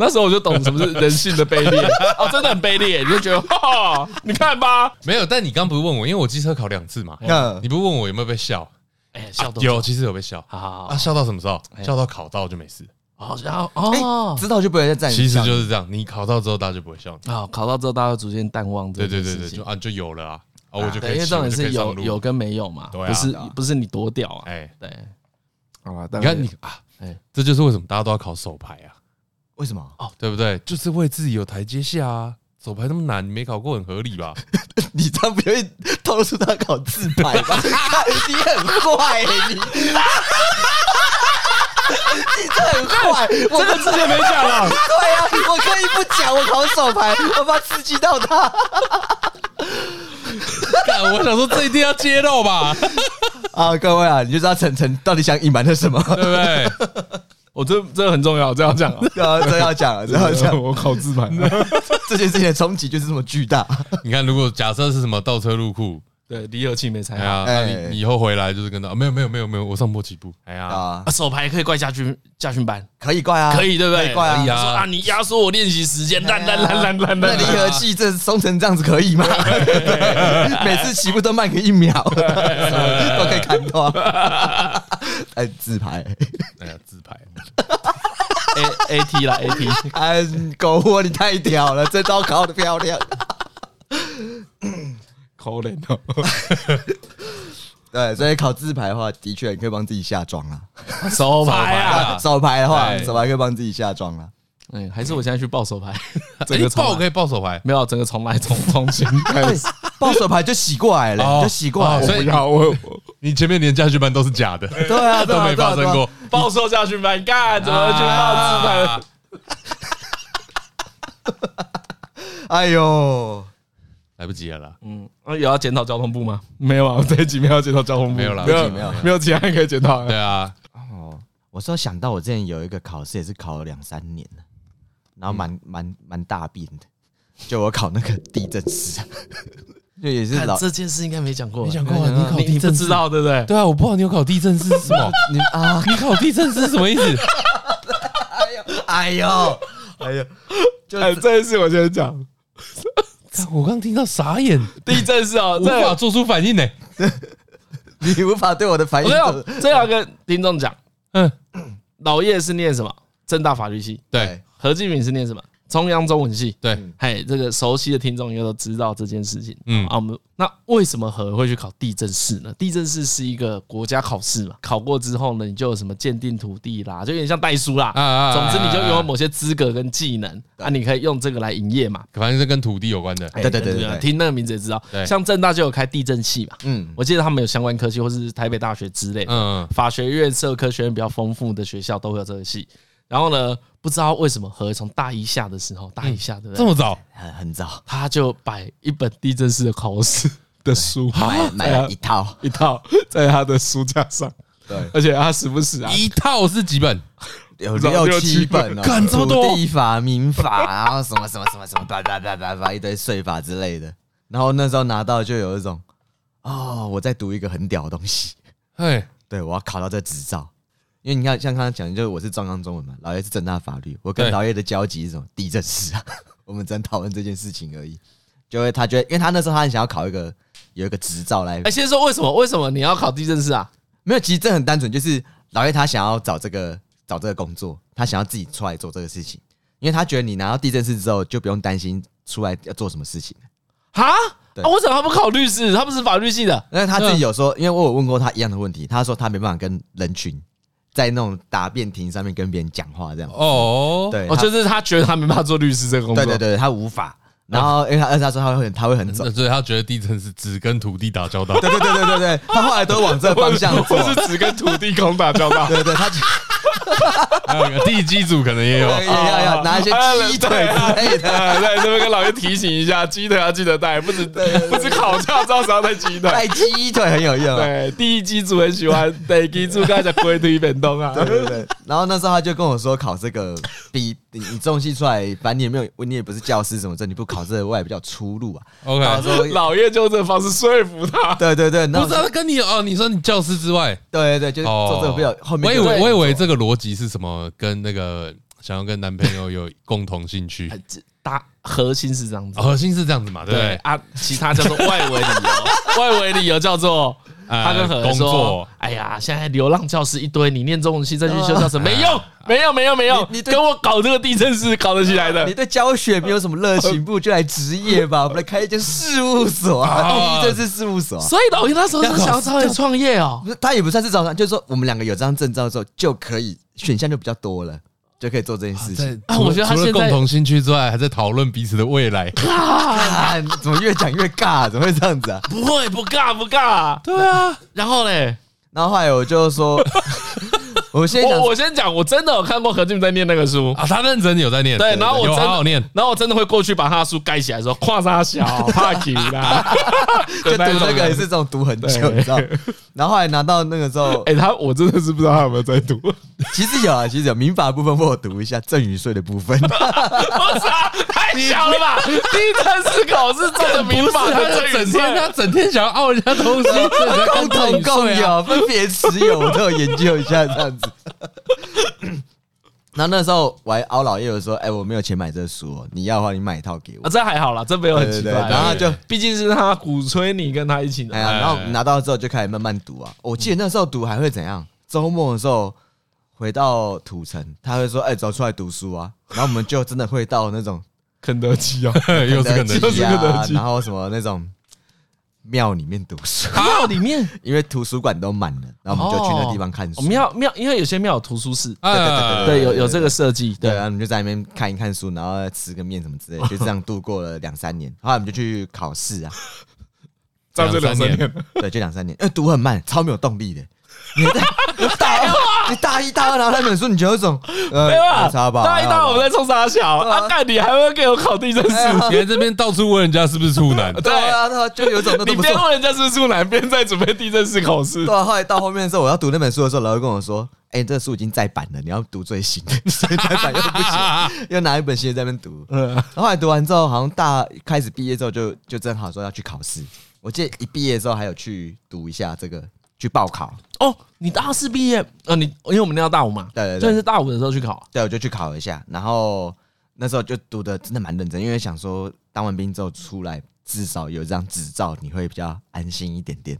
A: 那时候我就懂什么是人性的卑劣，哦，真的很卑劣，你就觉得，哈，你看吧，
C: 没有，但你刚不是问我，因为我机车考两次嘛，
B: [laughs] 嗯
C: 你不是问我有没有被笑？
A: 哎，笑多久
C: 有，，其实有被笑，
A: 好好好
C: 啊，笑到什么时候？
A: 哎
C: 笑到考到就没事。
A: 好像
B: 哎、
A: 哦，
B: 知道就不会再站。
C: 其实就是这样，你考到之后大家就不会笑你。
A: 啊，考到之后大家会逐渐淡忘这
C: 对对
A: 件
C: 对
A: 事
C: 对，
A: 情
C: 就。啊就有了啊，啊我就可
A: 对，
C: 以
A: 因为
C: 骑，
A: 重
C: 我
A: 点
C: 就可
A: 是
C: 以上
A: 有有
C: 路。
A: 跟没有嘛，
C: 对啊
A: 不是不是你多屌啊，
C: 哎，
A: 对，好吧，
C: 你
A: 你
C: 看你啊
A: 哎，
C: 这就是为什么大家都要考手牌啊，
B: 为什么？ [laughs]
C: 对不对？哦就是为自己有台阶下啊。手牌那么难，你没考过很合理吧？ [laughs]
B: 你这样不愿意透露出他搞自拍
C: [laughs]
B: 吧？你很坏、欸，你 [laughs] 你这很坏。我
A: 这个之前没讲 [laughs] 了，
B: 对啊，我可以不讲，我考手牌，我怕刺激到他。 [laughs]
C: 干我想说这一定要揭露吧，对
B: 啊，各位啊，你就知道晨晨到底想隐瞒了什么。 [laughs]
C: 不对？ [laughs]
A: 我哦这这很重要，这样讲啊，
B: 啊，这要讲了，这要
C: [laughs]
A: [laughs]
B: 讲，
A: 我考自排，
B: 这件事情的冲击就是这么巨大。
C: 你看，如果假设是什么倒车入库，
A: 对，离合器没
C: 哎
A: 踩好
C: 呀，那
B: 哎
C: 你你以后回来就是跟他啊没有没有没有没有，我上坡起步，哎呀，
B: 啊
A: 啊，，手牌可以怪家训家训班，
B: 可以怪啊，
A: 可以对不对？
B: 可以怪
A: 我
B: 啊
C: 可以
A: 说
C: 啊
A: 啊，你压缩我练习时间，烂烂烂烂烂
B: 那离
A: 烂， [laughs]
B: 合器这松成这样子可以吗？对 [laughs] 每次起步都慢个一
C: [laughs]
B: 秒，都可以砍断。哎，自拍，
C: 哎呀，自 [laughs] 拍，
A: A A T 啦 A [laughs] T，
B: 哎，狗窝你太屌了，这招考的漂亮。
A: 口脸哦，
B: 对，所以考自拍的话，的确你可以帮自己下妆啦。
A: 手牌
C: 牌
A: 啊，
C: 啊
B: 啊手牌的话，
C: 对
B: 手牌可以帮自己下啊妆啦。
A: 嗯，还是我现在去报手牌，整
C: 哎
A: 个，重
C: 报
A: 来
C: 可以报手牌，
A: 没有整个重来重重 [laughs] 新开
B: 对
A: 始，
B: 抱哎手牌就洗过来了，
C: 哦
B: 就洗过来
C: 哦
B: 了。
C: 所以
A: 要我
C: 你前面连家训班都是假的，
B: 对啊，对
C: [laughs] 都
B: 啊
C: 没发生。
B: 对啊对啊
C: 过，
A: 报受家训班，干怎么去报自排
C: 啊？
B: 哎呦，
C: 来不及了啦，
A: 嗯，那有要检讨交通部吗？没有啊，我这一集没有检讨交通部，
C: 没有啦
A: 没有
B: 没有
A: 没有其他人可以检讨啊。
C: 对啊，
B: 哦，我是有想到我之前有一个考试也是考了两三年了，然后蛮蛮蛮大变的，就我考那个地震师， [laughs] 就也是
A: 看
B: 老
A: 这件事应该没讲过，
C: 没讲过啊你考
A: 你
C: 地
A: 不
C: 震
A: 知道对不对？
C: 对啊，我不知道你有考地震是什么，
B: [laughs] 你啊，
C: [laughs] 你考地震是什么
B: [laughs]
C: 意思？
B: 哎呦哎呦，就
A: 哎，这件事我先讲。
C: 看我刚听到傻眼，
A: 地震是哦，
C: 无
A: 这
C: 法做出反应呢。
B: 你无法对我的反
A: 我
B: 应
A: 这
B: 做。
A: 要这要跟听众讲，
C: 嗯，
A: 老叶是念什么？正大法律系，
C: 对
A: 何继敏是念什么？中央中文系。
C: 对，
A: 嘿，这个熟悉的听众应该都知道这件事情。
C: 嗯
A: 啊，我们那为什么何会去考地震师呢？地震师是一个国家考试嘛，考过之后呢，你就有什么鉴定土地啦，就有点像代书啦。
C: 啊啊
A: 总之，你就拥有
C: 用，
A: 某些资格跟技能啊，你可以用这个来营业嘛。
C: 反正是跟土地有关的。
B: 对对对哎对对
A: 听那个名字也知道，
C: 对
A: 像正大就有开地震系嘛，
B: 嗯，
A: 我记得他们有相关科系，或是台北大学之类的。
C: 嗯，
A: 法学院、社科学院比较丰富的学校都会有这个系。然后呢，不知道为什么何从大一下的时候，大一下对不
C: 这
B: 嗯
A: 对？
C: 么早
B: 很很早 [laughs]
A: 他就摆一本地震式的考试的书，
B: [laughs] 买买了一套，
A: 一套在他的书架上，
B: 对，
A: 而且他时不时啊，
C: 一套是几本？
B: 有
A: 六
B: 六七
A: 七
B: 本哦，
C: 干这么多
B: 土地法、民法，然后什么什么什么什么，叭叭叭叭叭一堆税法之类的。然后那时候拿到就有一种，哦，我在读一个很屌的东西，
C: 哎，
B: 对我要考到这执照。因为你看，像刚刚讲，就是我是中央中文嘛，老爷是正大法律，我跟
C: 对
B: 老爷的交集是什么？地震师啊， [laughs] 我们只能讨论这件事情而已。就会他觉得，因为他那时候他很想要考一个有一个执照来
A: 哎，，先说为什么？为什么你要考地震师啊？
B: 没有，其实这很单纯，就是老叶他想要找这个找这个工作，他想要自己出来做这个事情，因为他觉得你拿到地震师之后就不用担心出来要做什么事情。
A: 哈？
B: 对
A: 啊，为什么他不考律师？他不是法律系的？
B: 因为他自己有说，因为我有问过他一样的问题，他说他没办法跟人群在那种答辩庭上面跟别人讲话这样。
C: 哦，
B: 对，
A: 哦，
B: 他
A: 就是他觉得他没办法做律师这个工作。
B: 对对对，他无法。然后因为他二他说他会很他会很走
C: [laughs] 那，所以他觉得地震是只跟土地打交道。 [laughs]
B: 对对对对对对，他后来都往这方向走
A: 或。是只跟土地公打交道。
B: 对对，他就哎
C: 还有个地基组可能也有。
B: 要要要拿一些鸡腿哎之类
A: [laughs]
B: 的。
A: 啊，对，这边跟老爷提醒一下，鸡腿要记得带，不止不止考驾照时候带鸡腿。
B: 带鸡腿很有用
A: [laughs]
B: 啊，
A: 对，第一机组很喜欢，第一机组刚才龟推本动啊，
B: 对对对。然后那时候他就跟我说，考这个比你你中戏出来，反正你也没有，你也不是教师什么证，你不考这个我也比较出路啊。然后
C: OK，
B: 说，
A: 老叶就用这个方式说服他。
B: 对对对，然
C: 不
B: 后
C: 是啊，跟你哦，你说你教师
A: [laughs]
C: 之外，
B: 对对对，就是
C: 哦
B: 做这个比较后面
C: 我以
B: 就。
C: 为我
B: 对
C: 以为这个逻辑是什么，跟那个想要跟男朋友有共同兴
A: [laughs]
C: 趣，
A: 大核心是这样子
C: 哦，核心是这样子嘛，对不
A: 对
C: 对？
A: 啊，其他叫做外围理由，外围理由叫做
C: 呃
A: 他跟何恩
C: 工
A: 说
C: 作：“
A: 哎呀，现在流浪教师一堆，你念中文系再去修教师没用，没用，没用，没用
B: 你你，对
A: 跟我搞这个地震是搞得起来 [laughs] 的
B: 你。对教学没有什么热情，不如就来职
A: [laughs]
B: 业吧。我们来开一间事务所啊， [laughs]
C: 啊
B: 地震是事务所啊。
A: 所以老鹰那时候是想要找你创业哦
B: 不，是，他也不算是招商，就是说我们两个有这张证照之后，就可以选项就比较多了，就可以做这件事情。
A: 啊我觉得他
C: 除了
A: 现在
C: 共同兴趣之外，还在讨论彼此的未
A: [laughs]
C: 来。
B: 啊，怎么越讲越尬？怎么会这样子啊？
A: 不会，不尬，不尬。对啊，然后嘞，
B: 然后后来我就说， [laughs] 我先想
A: 我我先讲，我真的有看过何俊在念那个书。”
C: [laughs] 啊，他认真有在念，
A: 对，然后我
C: 有
A: 真
C: 好好
A: 的
C: 念，， [laughs]
A: 然后我真的会过去把他的书盖起来，说跨沙小怕起啦，
B: 就读
A: 一种
B: 那个也是这种读很久，
A: 对
B: 你知道？然后后来拿到那个之后，
A: [laughs] 哎、他我真的是不知道他有没有在读。
B: 其实有啊，其实有民法部分我有读一下，赠与税的部分。
A: 我操，太小了吧！第三次考试中的民法
C: 他
A: 的
C: 整
A: 整
C: 天
A: 天
C: 他整天想要傲人家东
A: [laughs]
C: 西，所以才
B: 共
C: 跟
B: 同共
C: 对啊
B: 有、分别持有，我都有研究一下这样子。然后那时候我还熬老夜，我说：“哎、我没有钱买这书、哦，你要的话你买一套给我
A: [laughs] 啊，。这还好啦，这没有
B: 对
A: 很
B: 对
A: 奇
B: 对，
A: 怪。
B: 然后他就
A: 毕竟是他鼓吹你跟他一起的，
B: 哎呀，然后
C: 哎
B: 拿到之后就开始慢慢读啊。我记得那时候读还会怎样？周末的时候回到土城，他会说：“哎、走出来读书啊。”然后我们就真的会到那种
A: 肯德基哦，
C: 又
A: [laughs]
C: 是肯德基
A: 基 [laughs] 又
B: 啊
A: 是肯德基
B: 然后什么那种庙里面读书，
A: 庙里面
B: 因为图书馆都满了，然后我们就去那地方看
A: 我
B: 书。
A: 们要 [laughs] 哦庙，因为有些庙有图书室，
C: [laughs] 啊
A: 对，有有这个设计，对
B: 对，
A: 啊
B: 然。后我们就在那边看一看书，然后吃个面什么之类，
A: [laughs]
B: 就这样度过了两三年。后来我们就去考试啊， [laughs]
A: 照这两三
C: 两三
A: 年，
B: 对，就两三年，因为哎读很慢，超没有动力的。你在大二，你大一、大二拿那本书，你就有一种呃，
A: 啊没有啦
B: 有差吧？
A: 大一、大二我们
B: 在
A: 在冲沙小，
B: 对啊
A: 啊，干你还会给我考地震
B: 哎
A: 史？
C: [laughs] 你在这边到处问人家是不是
A: [laughs]
C: 处男，
B: 对啊，对啊，就有一种那都
A: 你
B: 不
A: 边
B: 错。
A: 问人家是不是处男，边在准备地震史考试
B: 对。啊，后来到后面的时候，我要读那本书的时候，老师跟我说：“哎，这书已经再版了，你要读最新的， [laughs] 所以再版又不 [laughs] 行，又拿一本新的在那边读。”
A: 嗯，
B: 然后后来读完之后，好像大开始毕业之后就就正好说要去考试。我记得一毕业之后还有去读一下这个，去报考。
A: 哦，你大四毕业，呃，你因为我们要大五嘛，
B: 对对对
A: 所以是大五的时候去考。啊
B: 对，我就去考一下。然后那时候就读的真的蛮认真，因为想说当完兵之后出来，至少有一张执照，你会比较安心一点点。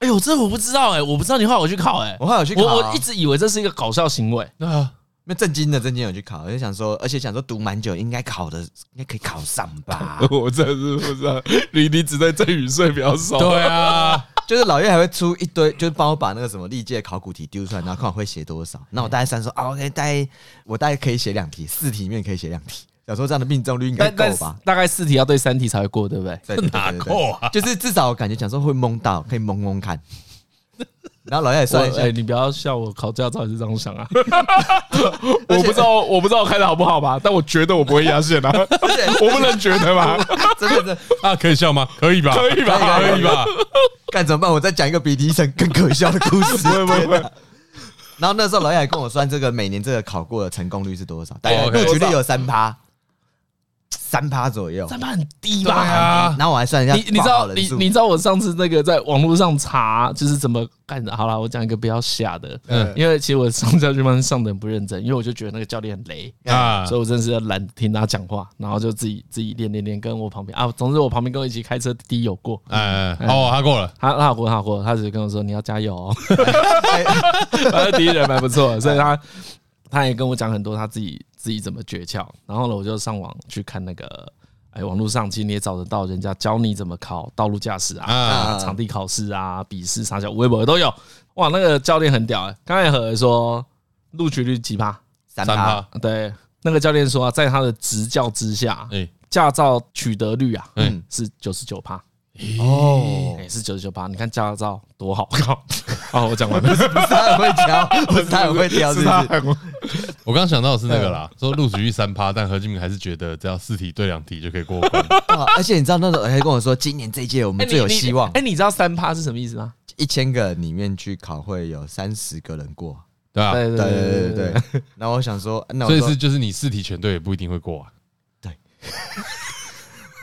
A: 哎呦，这我不知道哎，我不知道你后来有去考哎，
B: 我后来有去考、
A: [laughs] 我
B: 啊，
A: 我一直以为这是一个搞笑行为，。
C: 啊，
B: 那震惊的震惊有去考，我就想说，而且想说读蛮久，应该考的应该可以考上 [laughs] 吧
A: 我真的是不知道，你你只在赠与税比较少
C: 对
A: [laughs]
C: 啊，
B: 就是老岳还会出一堆，就是帮我把那个什么历届考古题丢出来，然后看我会写多少。那我大概算说，啊，OK，大概我大概可以写两题，四题里面可以写两题。想说这样的命中率应该
A: 但但
B: 够吧？
A: 大概四题要对三题才会过，对不对？
B: 对对对
C: 哪
B: 对对
C: 够啊
B: 就是至少我感觉想说会蒙到，可以蒙蒙
A: [laughs]
B: 看。然后老岳也
A: 我
B: 算一下
A: 哎、，你不要笑我考驾照也是这样想
B: [laughs]
A: 啊！我不知道，我不知道我开的好不好吧，但我觉得我不会压线
B: [laughs]
A: 啊，我不能觉得吧？
B: 真的真的
C: 啊，可以笑吗？可以吧？
A: 可以吧
C: 可以吧？
B: 干怎么办？我再讲一个比李医生更可笑的故事。
A: [laughs] 不会
B: 然后那时候老岳还跟我算这个每年这个考过的成功率是多少，大概
C: 哦
B: 录
C: ，OK
B: 取率有三趴，三趴左右。
A: 三八很低
C: 对
A: 吧？
C: 啊，
B: 然后我还算一下
A: 你你知
B: 报
A: 道
B: 考人
A: 你
B: 数
A: 你知道我上次那个在网络上查就是怎么干的？好啦，我讲一个比较吓的，
C: 嗯
A: 因为其实我上教训班上的很不认真，因为我就觉得那个教练很雷， [laughs]
C: 啊
A: 所以我真的是懒得听他讲话，然后就自己自己练练练，跟我旁边啊，总之我旁边跟我一起开车的弟有过，
C: 哎，哦，他过了，
A: 他他有过他有过，他只是跟我说你要加油、哦，[laughs]
B: [laughs] 哎
A: 他的第一人蛮不错的，所以他他也跟我讲很多他自己自己怎么诀窍，然后呢，我就上网去看那个。哎，网络上其实你也找得到人家教你怎么考道路驾驶啊，
C: 啊
B: 呃
A: 啊，场地考试啊、笔试、啥小微博都有。哇，那个教练很屌哎、刚才何儿说录取率几趴？
B: 三
C: 三
B: 趴
C: 趴，
A: 对，那个教练说啊，在他的执教之下，
B: 嗯
C: 哎，
A: 驾照取得率啊，
C: 嗯
A: 嗯，是九十九趴，
B: 哦，
A: 哎，是九十九趴。你看驾照多
B: [laughs]
A: 好，靠！哦，我讲完了，
B: 不 [laughs] 是他很会挑，不是他很会挑，是不是？
A: 很
C: 我刚刚想到的是那个啦，说录取率三趴，但何金明还是觉得只要四题对两题就可以过关。
B: 哦而且你知道那时候还跟我说，今年这一届我们最有希望
A: 哎，，你知道三趴是什么意思吗？
B: 一千个里面去考会有三十个人过。
C: 对啊，
A: 对
B: 对对对对对。 [laughs] 然后我想说，那我
C: 所以
B: 说
C: 是就是你四题全对也不一定会过啊。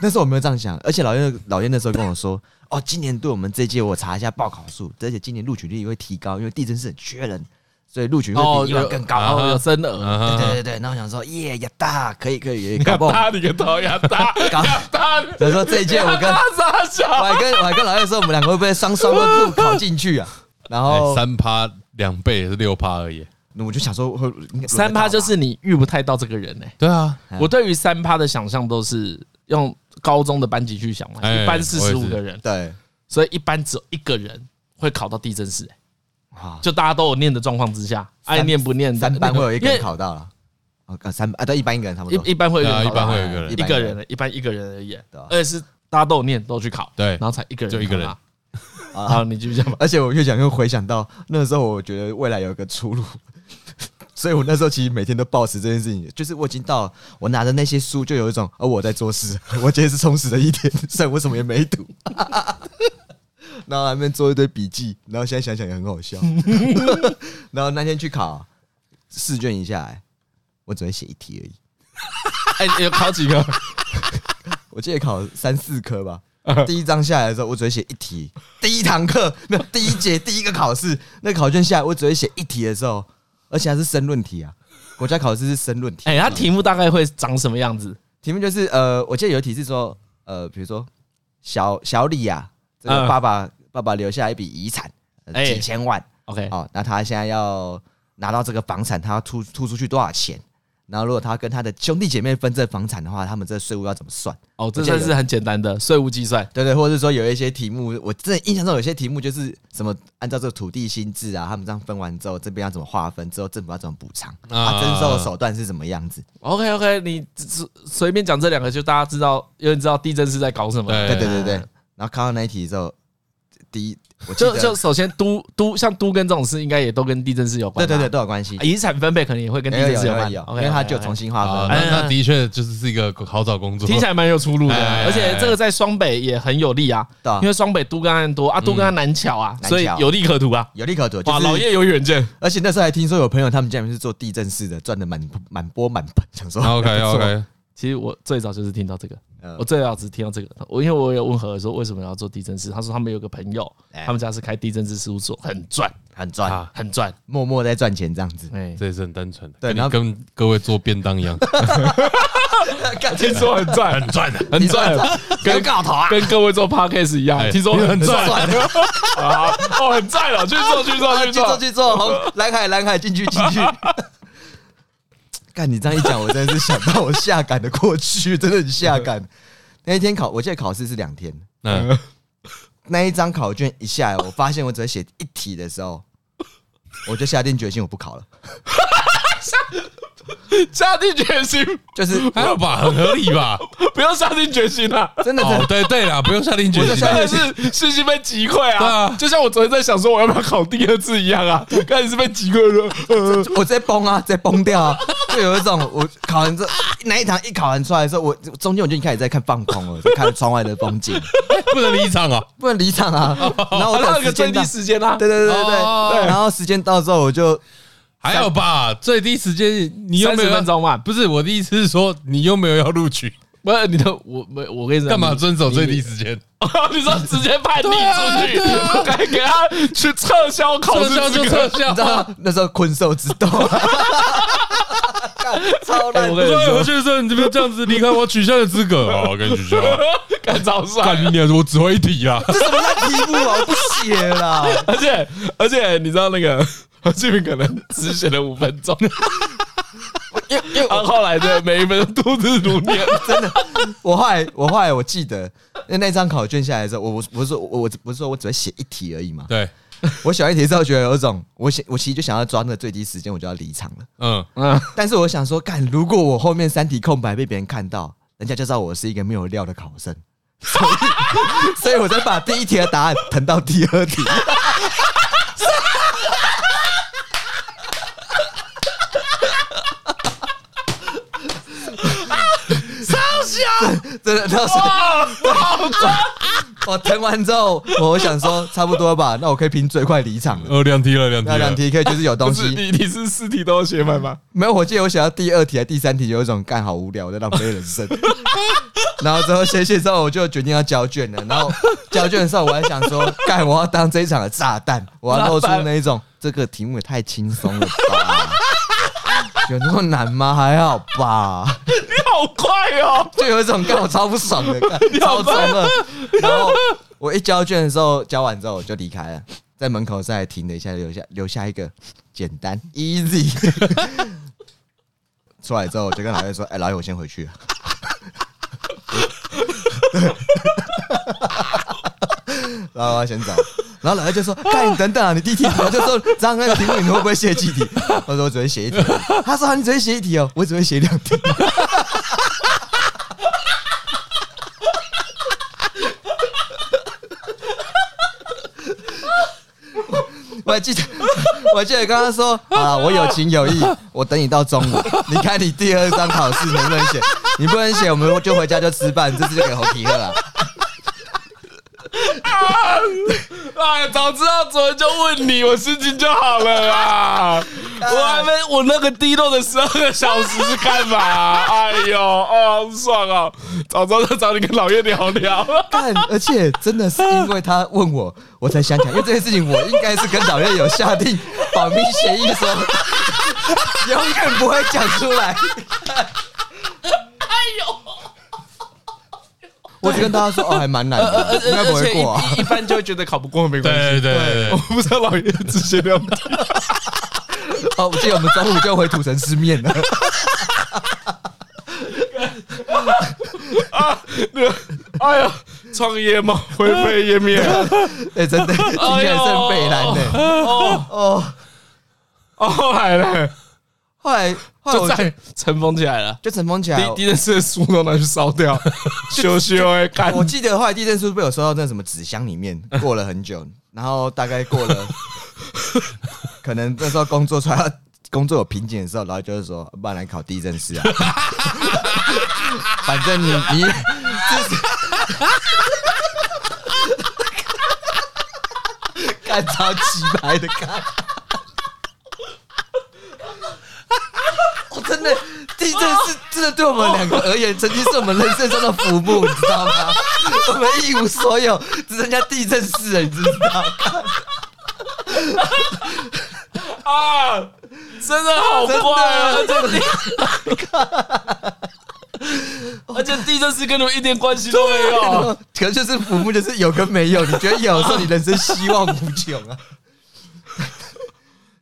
B: 那时候我没有这样想，而且老燕老燕那时候跟我说，哦，今年对我们这一届我查一下报考数，而且今年录取率会提高，因为地震是很缺人，所以录取
A: 哦
B: 会比以往更高。啊
A: 哦，有生儿，
C: 嗯
B: 对对
C: 哼
B: 对对，然后想说耶呀大，可以可以，可以
A: 你
B: 搞
A: 看
B: 不好
A: 他，你个头呀，他
B: 搞。
A: 他，
B: 所以说这一届
A: [laughs]
B: 我跟
A: 他傻小
B: 我。还跟我还跟老叶说，我们两个会不会双双都考进去啊？然后
C: 哎三趴两倍也是六趴而已。
B: 我就想说会，应该轮得到吧
A: 三趴就是你遇不太到这个人欸呢、
C: 对啊，
B: 嗯
A: 我对于三趴的想象都是用高中的班级去想嘛，
C: 哎
A: 一班四十
C: 我也
A: 五
C: 是
A: 个人，
B: 对
A: 所以一班只有一个人会考到地震室、
B: 啊，
A: 就大家都有念的状况之下，爱念不念
B: 三班会有一个
A: 因为
B: 人考到了，哦，呃三班啊，对，一班一个人差不多
A: 一，一般会有
C: 对啊，
A: 人
C: 一
A: 考到
C: 般会有一个人
A: 一个人，一般一个人而已，
B: 对啊
A: 而且是大家都有念都去考，
C: 对
A: 然后才一个人
C: 就一个人
A: 考到。
B: 啊
A: 好，你继续讲
B: [laughs]
A: 吧。
B: 而且我越想越回想到那时候，我觉得未来有一个出路，所以我那时候其实每天都抱持这件事情，就是我已经到我拿着那些书，就有一种而我在做事，我今天是充实的一天，虽然我什么也没读， [laughs] 然后还面做一堆笔记，然后现在想想也很好笑。 [laughs] 然后那天去考试卷一下来，我只会写一题而已，
A: 哎，你有考几个？
B: 我记得考三四科吧。第一章下来的时候，我只会写一题。第一堂课，那第一节第一个考试，那考卷下来，我只会写一题的时候，而且还是申论题啊。国家考试是申论题，
A: [laughs] 哎，它题目大概会长什么样子？
B: 题目就是呃，我记得有一题是说呃，比如说小小李啊，这
A: 嗯
B: 个爸爸、爸爸留下一笔遗产，呃
A: 哎
B: 几千万，
A: OK，
B: 哦，那他现在要拿到这个房产，他要突突出去多少钱？然后如果他跟他的兄弟姐妹分这房产的话，他们这税务要怎么算？
A: 哦，这算是很简单的税务计算。
B: 对对，或者是说有一些题目，我真的印象中有些题目就是什么按照这个土地薪制啊，他们这样分完之后，这边要怎么划分，之后政府要怎么补偿，啊，征收的手段是什么样子？
A: OK OK，你随随便讲这两个，就大家知道，有人知道地震是在搞什么。
B: 对
C: 对
B: 对对对。然后看到那一题之后，第一我记
A: 就
B: 得
A: 就首先都都像都跟这种事，应该也都跟地震是有关
B: 对
A: 吧。啊
B: 对对都有关系，
A: 遗产分配可能也会跟地震是
B: 有
A: 关
B: 有，
A: OK，
B: 因为他就重新划
C: 啊，
B: 分。
C: 那
A: 哎
C: 那的确就是是一个好找工作，
A: 听起来蛮有出路的，
C: 哎
A: 而且这个在双北也很有利啊，
B: 对啊
A: 因为双北都跟案多啊，都跟案难巧啊，
B: 嗯
A: 所以有利可图啊。
B: 有利可图，就
A: 哇，老
B: 是
A: 叶有远见，
B: 而且那时候还听说有朋友他们家里面是做地震式的，赚的满 [laughs] 满钵满盆，想说
C: OK
B: 不错
C: OK，
A: 其实我最早就是听到这个，
B: 嗯
A: 我最早只听到这个。我因为我有问何说为什么要做地震师，他说他们有个朋友，
B: 哎
A: 他们家是开地震师事务所，很赚，
B: 很赚，
C: 啊
A: 很赚。
B: 默默在赚钱这样
A: [laughs]
B: 子。
A: 哎，
C: 这也是很单纯的，
B: 对然
C: 跟你
B: 后
C: 跟各位做便当一样，
B: [laughs]
A: [laughs] 听说很赚，很赚的，很赚，
B: 跟告头啊，
A: 跟各位做 podcast 一样，
C: 哎
A: 听说很赚
B: 赚。
A: [laughs] 啊，哦，很赚了，去做去做
B: 啊
A: 去
B: 去做
A: 做。
B: 去做，红蓝海蓝海进去进去。 [laughs] 干你这样一讲，我真的是想到我下岗的过去，真的很下 [laughs] 岗。那一天考，我记得考试是两天，
C: 嗯，
B: 那一张考卷一下来，我发现我只会写一题的时候，我就下定决心我不考了。
A: 下定决心，
B: [laughs] 就是
C: 还有吧，很合理吧？
A: 不要下定决心啊！
B: 真的真
C: 哦
B: 的，
C: 对对啦，不用下定决
B: 我就
C: 心
B: 下
A: 真
B: 定
C: 啊，
A: 的是信心被击溃
C: 对
A: 啊！
C: 啊
A: 就像我昨天在想说我要不要考第二次一样啊，开始是被击溃了。
B: [laughs]
A: 呃
B: 我直接崩啊，直接崩掉啊，就有一种我考完这那一堂一考完出来的时候，我中间我就开始在看放空了，就看窗外的风景，
C: 不能离场啊。
B: 不能离场 [laughs] 啊。然后我
A: 好呃
B: 等
A: 那有个
B: 时
A: 最
B: 间到
A: 低，时间啊，
B: [laughs] 对对对对
C: 哦
B: 对，然后时间到之后我就
C: 还有吧，最低时间你有没有
A: 30
C: 要
A: 分钟嘛
C: 不是我的意思是说，你有没有要录取？
A: 不是你的，我没我跟你讲，
C: 干嘛
A: 啊你
C: 遵守最低？时间？
A: 你你说直接判定出去
C: 对啊，
A: 该 [laughs] 给他去撤销考
C: 撤
A: 试
C: 销
A: 资
C: 就
A: 格
B: [laughs] 你
C: 撤
B: 知
C: 销。
B: 道
C: [laughs]
B: 吗那时候困兽之斗，干超
A: 哎
B: 烂
A: 我。跟你
C: 对，
A: 说
C: 我去的时候，你这边这样子离开我取消的资格，好，我跟你取消。
A: 干早上，
C: 干你娘！我只会一题啊！
B: 这什么烂题目啊！我不写啦，
A: 而且而且你知道那个 [laughs] 何志明可能只写了五分 [laughs] 钟，
B: 因为因为
A: 然后后来的每一分都是如念。
B: 真的，我后来我后来我记得，那那张考卷下来的时候，我我不是说我我不是说我只会写一题而已嘛，
C: 对，
B: 我写完一题之后觉得有一种，我写我其实就想要抓那个最低时间，我就要离场了。
C: 嗯，
A: 嗯，
B: 但是我想说，干，如果我后面三题空白被别人看到，人家就知道我是一个没有料的考生，所以所以我才把第一题的答案腾到第二题。真的，到时我腾完之后，我想说差不多吧，那我可以拼最快离场了。
C: 呃，两题了，两题
B: 那
C: 了，
B: 两题可以就是有东
A: 不是
B: 西，
A: 你你是四题都要写满吗？
B: 没有，我记得我写到第二题还是第三题，有一种干好无聊，我在浪费人 [laughs] 生。然后之后写写之后，我就决定要交卷了。然后交卷的时候，我还想说，干我要当这一场的炸弹，我要露出那一种这个题目也太轻松了 [laughs] 吧？有那么难吗？还好吧，
A: 你好快哦！
B: 就有一种干我超不爽 [laughs] 的，干超中二。然后我一交卷的时候，交完之后我就离开了，在门口再停了一下，留下留下一个简单 easy。出来之后，我就跟老叶说：“哎、老叶，我先回去了。” [laughs] 然后我要先走。然后老叶就 [laughs] 说：“看你等等啊，你第一题。”我就说：“张那个题目你会不会写几题？”我说：“我只会写一题。”他说：“啊，你只会写一题哦，我只会写两题。” [laughs] 我还记得，我还记得刚刚说啊，我有情有义，我等你到中 [laughs] 午。你看你第二张考试能不能写？你不能写，我们就回家就吃饭，这次就给侯皮鹤了。
A: 哎，早知道昨天就问你，我心情就好了 [laughs] 啦。我还没我那个低落的十二个小时是干嘛、哎呦，哦，好爽哦！早知道就找你跟老岳聊聊。 [laughs]
B: 但而且真的是因为他问我，我才想起来，因为这件事情我应该是跟导演有下定保密协议说， [laughs] 永远不会讲出来。
D: 哎呦，
B: 我只跟大家说，哦，还蛮难
A: 呃
B: 的，应该不会过啊。
A: 一一般就会觉得考不过没关系。
C: 对对对
A: 我 [laughs]
C: 对，
A: 不知道老岳只写两题，
B: 哦，我记得我们中午就回土城吃面了。
A: 哎呀，创业梦灰飞烟 [laughs] 灭。
B: [laughs] 哎，真
A: [laughs]
B: 的，今天是北
A: 哎
B: 南欸的。
A: 哦
B: 哦，
A: 哦，后来呢？
B: 后来后来
A: 就
B: 我就
A: 在尘封起来了。
B: 就尘封起来
A: 第。第一件事的书都拿去烧 [laughs] 掉，修修哎，干
B: 我记得后来地震书被我收到那什么纸箱
A: [laughs]
B: 里面，过了很久，然后大概过了， [laughs] 可能那时候工作出来工作有瓶颈的时候，然后就是说，不然来考地震师啊， [laughs] 反正你你 [laughs] 就是。干超鸡排的干！我 [laughs] 真的，地震是真的对我们两个而言，曾经是我们人生中的浮木，你知道吗？ [laughs] 我们一无所有，只剩下地震室了，你知不知 [laughs] 道？
A: 啊，真的好坏啊！而且地， [laughs] 而且地震是跟你们一点关系都没有。
B: 可能就是浮木，就是有跟没有。你觉得有的时候，你人生希望无穷 [laughs] 啊。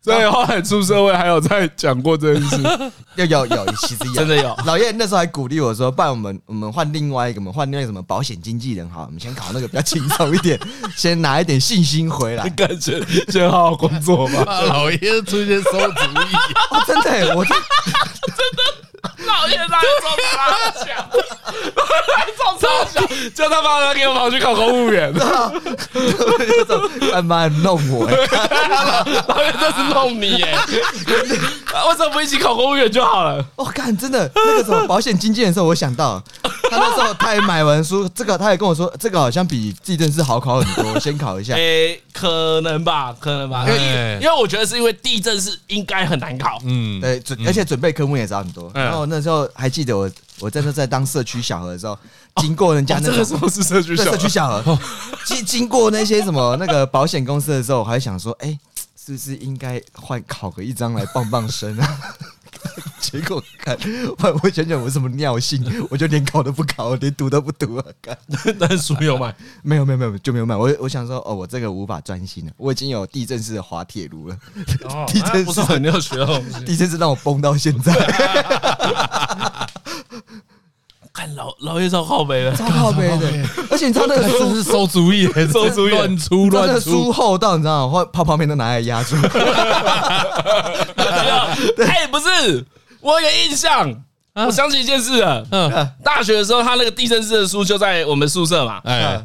A: 所以后来出社会还有在讲过这件事，
B: 有有有，其实有
A: 真的有
B: 老叶那时候还鼓励我说：“不然我们我们换另外一个，我们换那个什么保险经纪人好，我们先考那个比较轻松一点，先拿一点信心回来。
A: [laughs] 感觉先好好工作 [laughs] 吧。
C: 啊老爷出现馊主意，
B: [laughs] [laughs] 哦”真的耶，我
D: 老爷来中大奖， [laughs] 来中大奖，
A: 叫他妈的给我跑去考公务员，
B: 这种干嘛哎弄我欸耶？
A: 老岳这是弄你耶！为什么不一起考公务员就好了？
B: 我、看哦真的那个什么保险经纪人的时候，我想到
A: [laughs]
B: 他那时候他也买完书，这个他也跟我说，这个好像比地震师好考很
A: [laughs]
B: 多，我先考一下。
A: 诶、可能吧，可能吧，因为、
C: 哎
A: 因为我觉得是因为地震是应该很难考，
C: 嗯，
B: 对，准而且准备科目也少很多。
A: 嗯
B: 然后那时候还记得我，我真的在当社区小河的时候，经过人家那
A: 哦这个
B: 种
A: 时候是社区
B: 对
A: 小哦
B: 社区
A: 孩
B: 小河，经经过那些什么那个保险公司的时候，我还想说，哎、是不是应该换考个一张来棒棒身啊？ [laughs] 结果 [laughs] 看，我我想想我什么尿性，我就连考都不考，连读都不读啊！看，
A: 但书没有买，
B: 没有没有没有就没有买。我我想说，哦，我这个无法专心了，我已经有地震式的滑铁卢了，
A: [laughs]
B: [laughs]
A: 哦
B: 地震
A: 那不是很有学的东西。
B: 地震是让我崩到现在，
A: 看老老叶超靠 [laughs] 北了，
B: 超靠背的。而且你知道那个
C: 这
B: 书
C: 是馊主意， [laughs] 馊
A: 馊主意
C: 乱出
B: 真
C: 乱
B: 的
C: 出
B: 书，厚到你知道吗？我泡泡面都拿来压住。
A: 哎，不是，我有个印象，我想起一件事了。
C: 嗯，
A: 大学的时候，他那个地震师的书就在我们宿舍嘛，
C: 哎，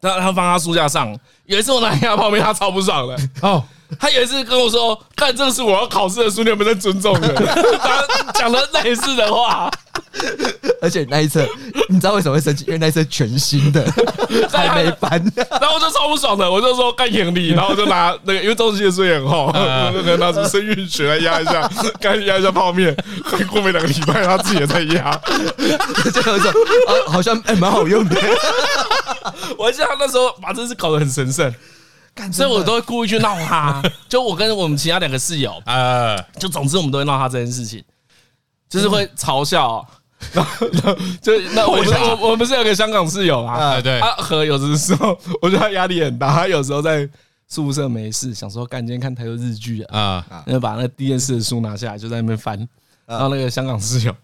A: 他他放他书架上。有一次我拿给他泡面，他超不爽的。
C: 哦，
A: 他有一次跟我说：“看，这是我要考试的书，你有没有在尊重
B: [laughs]
A: 人？”他讲了类似的话，
B: 而且那一册，你知道为什么会生气？因为那一册全新的，还没搬。
A: 然后我就超不爽的，我就说干眼
B: 嗯
A: 力，然后我就拿那个，因为东西的书也很厚，
B: 啊
A: 我就可能拿出生育学来压一下，
B: [laughs]
A: 干压一下泡面。过没两个礼拜，他自己也在压。
B: [laughs] 就有一种啊，好像哎蛮、好用的。
A: 我还记得他那时候把这事搞得很神圣，
B: 干
A: 所以我
B: 真的
A: 都会故意去闹他。 [laughs] 就我跟我们其他两个室友，
C: 呃，
A: 就总之我们都会闹他这件事情，就是会嘲笑哦。
B: 嗯
A: 然后，然后 [laughs] 就那我们我我们是有个香港室友
B: 嗯
A: 嘛，
C: 哎对，
A: 啊，和有的时候我觉得他压力很大，他有时候在宿舍没事，想说干今天看台有日剧啊，
C: 啊，
A: 然后把那第一件事的书拿下来就在那边翻，然后那个香港室友。 [laughs]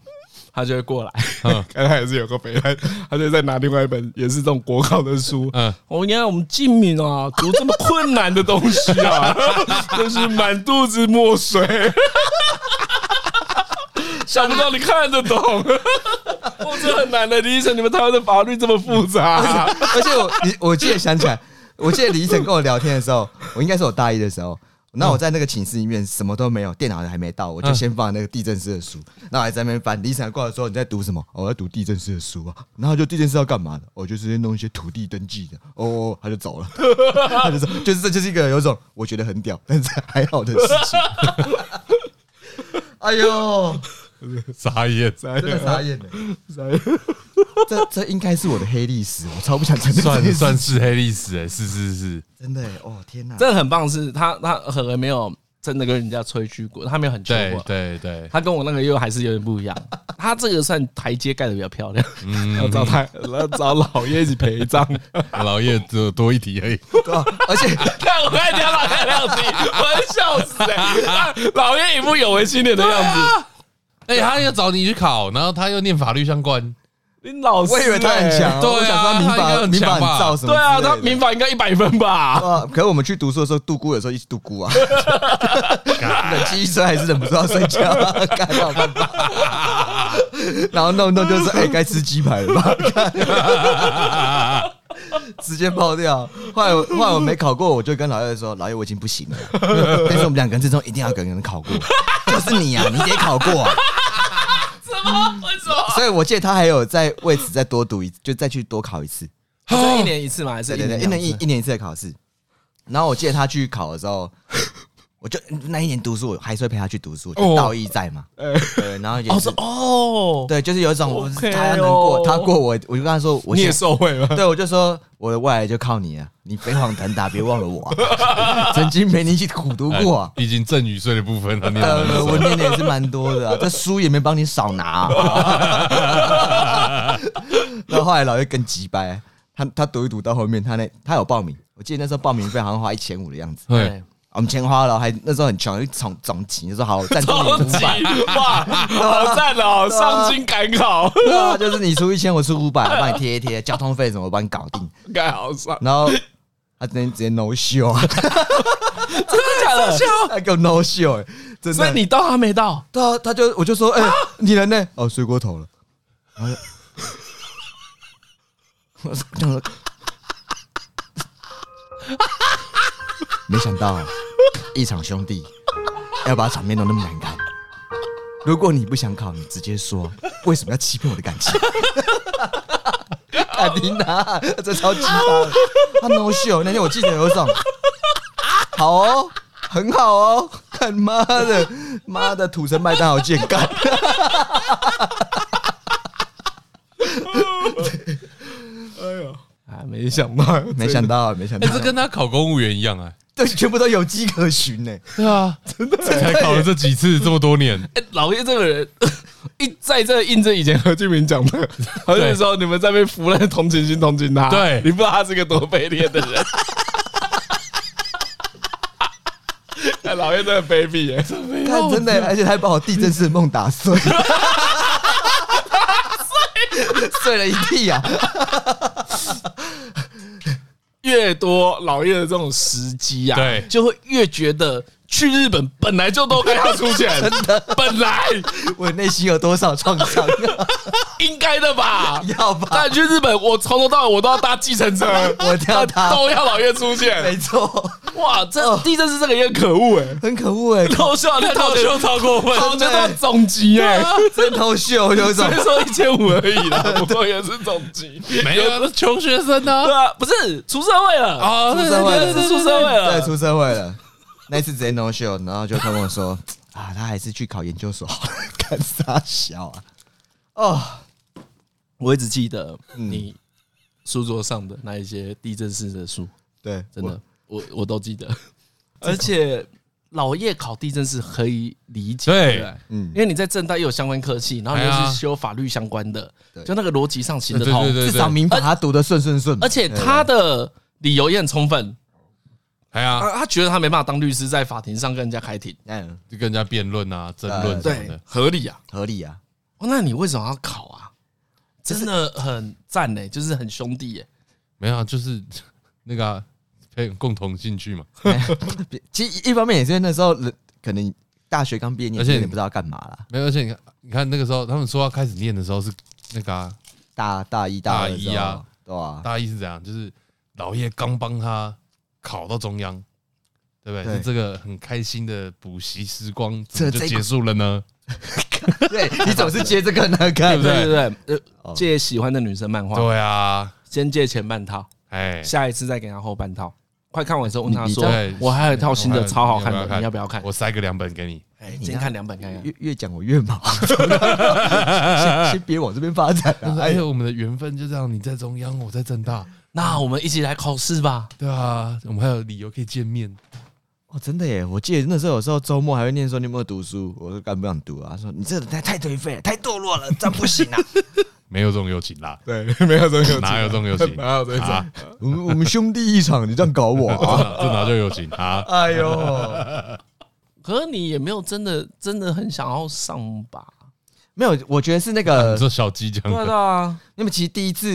A: 他就会过来，
C: 嗯
A: [laughs] 看他也是有个北他他就在拿另外一本也是这种国考的书，
C: 嗯，
A: 哦，你看我们静敏啊，读这么困难的东西啊， [laughs] 真是满肚子墨水， [laughs] 想不到你看得懂。 [laughs] 我这很难的，李医生，你们台湾的法律这么复杂、
C: 啊
B: 而且我你我记得想起来，我记得李依晨跟我聊天的时候，我应该是我大一的时候。那我在那个寝室里面什么都没有，电脑还没到，我
C: 嗯
B: 就先放那个地震师的书，那我还在那边翻。李晨过来说：“你在读什么？”哦我在读地震师的书啊。然后就地震师要干嘛的？我就直接弄一些土地登记的。哦哦，他就走
C: [laughs]
B: 了，他就走， [laughs] 就是这就是一个有一种 [laughs] 我觉得很屌，但是还好的事
C: [laughs]
B: 情。哎呦，
C: 傻眼，
B: 真的傻眼了，欸这这应该是我的黑历史，我超不想承认这件
C: 算
B: 事。
C: [laughs] 算是黑历史，哎，是是 [laughs] 是，
B: 真的耶哦，天哪！
A: [laughs] 真的很棒的是，他他何来没有真的跟人家吹嘘过，他没有很吹
C: 对
A: 过。
C: 对对，
A: 他跟我那个又还是有点不一样，他这个算台阶盖的比较漂亮，要找他要找老爷一起陪 [laughs] 葬。
C: 老叶只有多一题而已，
B: 对啊而且
A: 看我刚才讲老太亮题，我要笑死哎、欸！ [laughs] 老爷一副有为青年的样子，
C: [laughs] 哎，他又找你去考，然后他又念法律相关，
A: 你老师、欸
B: 我以为他很强哦，
C: 对啊
B: 我想说民
C: 他应该
B: 法
C: 很
B: 民
C: 强
B: 法很
C: 吧
B: 燥什么之类的？
A: 对啊，他民法应该一百分 [laughs] 吧？
B: 啊。可是我们去读书的时候，度孤有时候一直度孤啊，冷气一吹还是忍不住要睡觉啊， [laughs] 干没有办法。然后弄一弄就是哎，该吃鸡排了吧？ [laughs] 直接爆掉。后来我后来我没考过，我就跟老叶说：“老叶，我已经不行了。”但是我们两个人之中一定要有个人考过，就是你啊，你得考过啊。
D: [laughs] 什么？为什么？
B: 所以我记得他还有在为此再多读一，就再去多考一次。
A: 是一年一次嘛，还是
B: 对
A: 一
B: 对
A: 年
B: 对，一
A: 两
B: 年一
A: 次
B: 一年一次的考试。然后我记得他去考的时候， [laughs] 我就嗯那一年读书，我还是会陪他去读书，就道义在嘛。对，然后也
A: 哦
B: 是
A: 是哦，
B: 对，就是有一种我
A: OK
B: 他能
A: 哦
B: 过，他过我，我就跟他说，我
A: 你也
B: 现
A: 受贿了。
B: 对，我就说我的未来就靠你啊，你飞黄腾达，别忘了我啊， [laughs] 曾经陪你一起苦读过啊。
C: 毕竟赠与税的部分他念得
B: 呃，
C: 很
B: 我
C: 少
B: 念的也是蛮
A: [laughs]
B: 多的、啊，这书也没帮你少拿、 [laughs] 然后后来老叶更鸡掰，他他读一读到后面，他那他有报名，我记得那时候报名费好像花一千五的样子。哦
C: 对，
B: 我们钱花了，还那时候很穷，就总总请就
A: [laughs]
B: 说好赞助
A: 超
B: 你五
A: 级
B: 百， [laughs]
A: 哇，
B: 啊
A: 好赞哦！上京赶考， [laughs]
B: 对啊，就是你出一千，我出五百，我帮你贴一贴， [laughs] 交通费什么我帮你搞定。
A: 该好上，
B: 然后他直接直接 no show，啊
A: [laughs] 真的假
B: [laughs]
A: 的？
B: 他给我 no show，、欸、真的。
A: 所以你到他没到，
B: 他他就我就说，哎、你人呢？哦，睡过头了。然后就我想说， [laughs] 没想到一场兄弟要把场面弄那么难看。如果你不想考，你直接说为什么要欺骗我的感 [laughs] 情？肯定啊，这超级他的，他 no show。那天我记得有一种，好哦，很好哦， [laughs] 看妈的，妈的，土城麦当劳见干。
A: 啊，没想到，
B: [laughs] 没想到，没想到
C: 哎，，这跟他考公务员一样哎，
B: 对，全部都有迹可循呢、
C: 对啊，真的才考了这几 [laughs] 次，这么多年，
A: 哎，老叶这个人 [laughs] 一再这印证以前何俊明讲 [laughs] 的，何俊明说你们在被服了同情心同情他，
C: 对
A: 你不知道他是个多卑劣的人。 [laughs] 哎，老叶真的卑鄙耶！
B: 看，真的、而且他还把我地震式的梦打碎， [laughs] 碎了一地啊！
A: 越多老叶的这种时机啊，
C: 对
A: 就会越觉得去日本本来就都该要出钱， [laughs] 真的，本来
B: 我内心有多少创伤啊？ [laughs]
A: 应该的吧。
B: 要吧，
A: [laughs] 但去日本，我从头到尾我都要搭计程车，
B: [laughs] 我都要搭
A: 都要老叶出
B: 没
A: 现。
B: 错，哦
A: 哇，这地震是这个也很可恶哎、
B: 很可恶 [laughs] 哎、
A: 偷笑， [laughs] 那偷笑超过分，我觉得总级哎，
B: 真头秀有一
A: 所
B: 种
A: 以说一千五而已啦，
B: [laughs]
A: 不过也是总级。
C: 没有穷学生
A: 对
C: 呢，
A: 啊，不是出社会了，
C: 啊，
B: 出社会了，
A: 是出社会
B: 哦对，
A: 了。
B: 出社会了。那一次直接 no show，然后就跟我说啊，他还是去考研究所好了，干啥小啊？哦，
A: 我一直记得你书桌上的那一些地震式的书，
B: 对，
A: 真的
B: 我， [laughs]
A: 我我都记得。 [laughs] 而且老叶考地震是可以理解
C: 对
A: 的，
B: 嗯
A: 因为你在正大也有相关科系，然后你又
C: 哎呀
A: 是修法律相关的
B: 对，
A: 就那个逻辑上行
C: 对
A: 得
C: 对
A: 通
C: 对。对，
B: 至少民法他读的顺顺顺嘛，
A: 而且他的理由也很充分，
C: 哎呀，
A: 他他觉得他没办法当律师，在法庭上跟人家开庭，
B: 嗯
C: 就跟人家辩论啊、争论什么
A: 对
C: 的，，
A: 合理啊。
B: 合理啊，
A: 哦，那你为什么要考啊？真的很赞呢、就是很兄弟欸耶、
C: 没有啊，就是 [laughs] 那个啊 [laughs] 培养共同兴趣嘛。
B: 其实一方面也是因为那时候人可能大学刚毕业，你也
C: 而且
B: 有点不知道干嘛啦。
C: 没有，而且你看，你看那个时候他们说要开始念的时候是那个啊
B: 大大一
C: 大
B: 二的时候
C: 一啊，
B: 对吧？
C: 大意是怎样，就是老叶刚帮他考到中央，对不对？
B: 对
C: 是这个很开心的补习时光，怎
B: 这
C: 么就
B: 这一
C: 结束了呢？
B: 对你总是接这个那个，
C: 对不对
A: 对对，呃，
B: 哦
A: 借喜欢的女生漫画，
C: 对啊，
A: 先借前半套，
C: 哎，
A: 下一次再给他后半套。快看完之后问他
B: 你你
A: 说
C: 对：“
A: 我还有一套新的，
C: 我还有
A: 超好看
C: 你要不要
A: 的，
C: 看
A: 你要不要看
C: 我塞个两本给你。？”
A: 哎，先看两本看看。
B: 啊越越讲我越毛， [laughs] 先先别往这边发展
C: 就是
B: 啊！
C: [laughs] 哎
B: 哎，
C: 呦，我们的缘分就这样，你在中央，我在正大，
A: 那我们一起来考试吧。
C: 对啊，我们还有理由可以见面。
B: 哦，真的耶！我记得那时候有时候周末还会念说你有没有读书，我说干不想读啊。他说你这人太太颓废了，太堕落了，这样不行啊！
C: 没有这种友情啦，
B: 对，没有这种
C: 哪
A: 啊
C: 有这种
A: [laughs]
C: 友情？
B: 哪有这种
C: 啊
B: [laughs] 我们我们兄弟一场，你这样搞我啊！
C: 这哪叫友情啊？
B: [laughs] 哎呦，
A: 可是你也没有真的真的很想要上吧？
B: [laughs] 没有，我觉得是那
C: 你
A: 呃
B: 个，
C: 说小鸡讲
A: 对啊，
C: 的
A: 对啊，
B: 那么其实第一次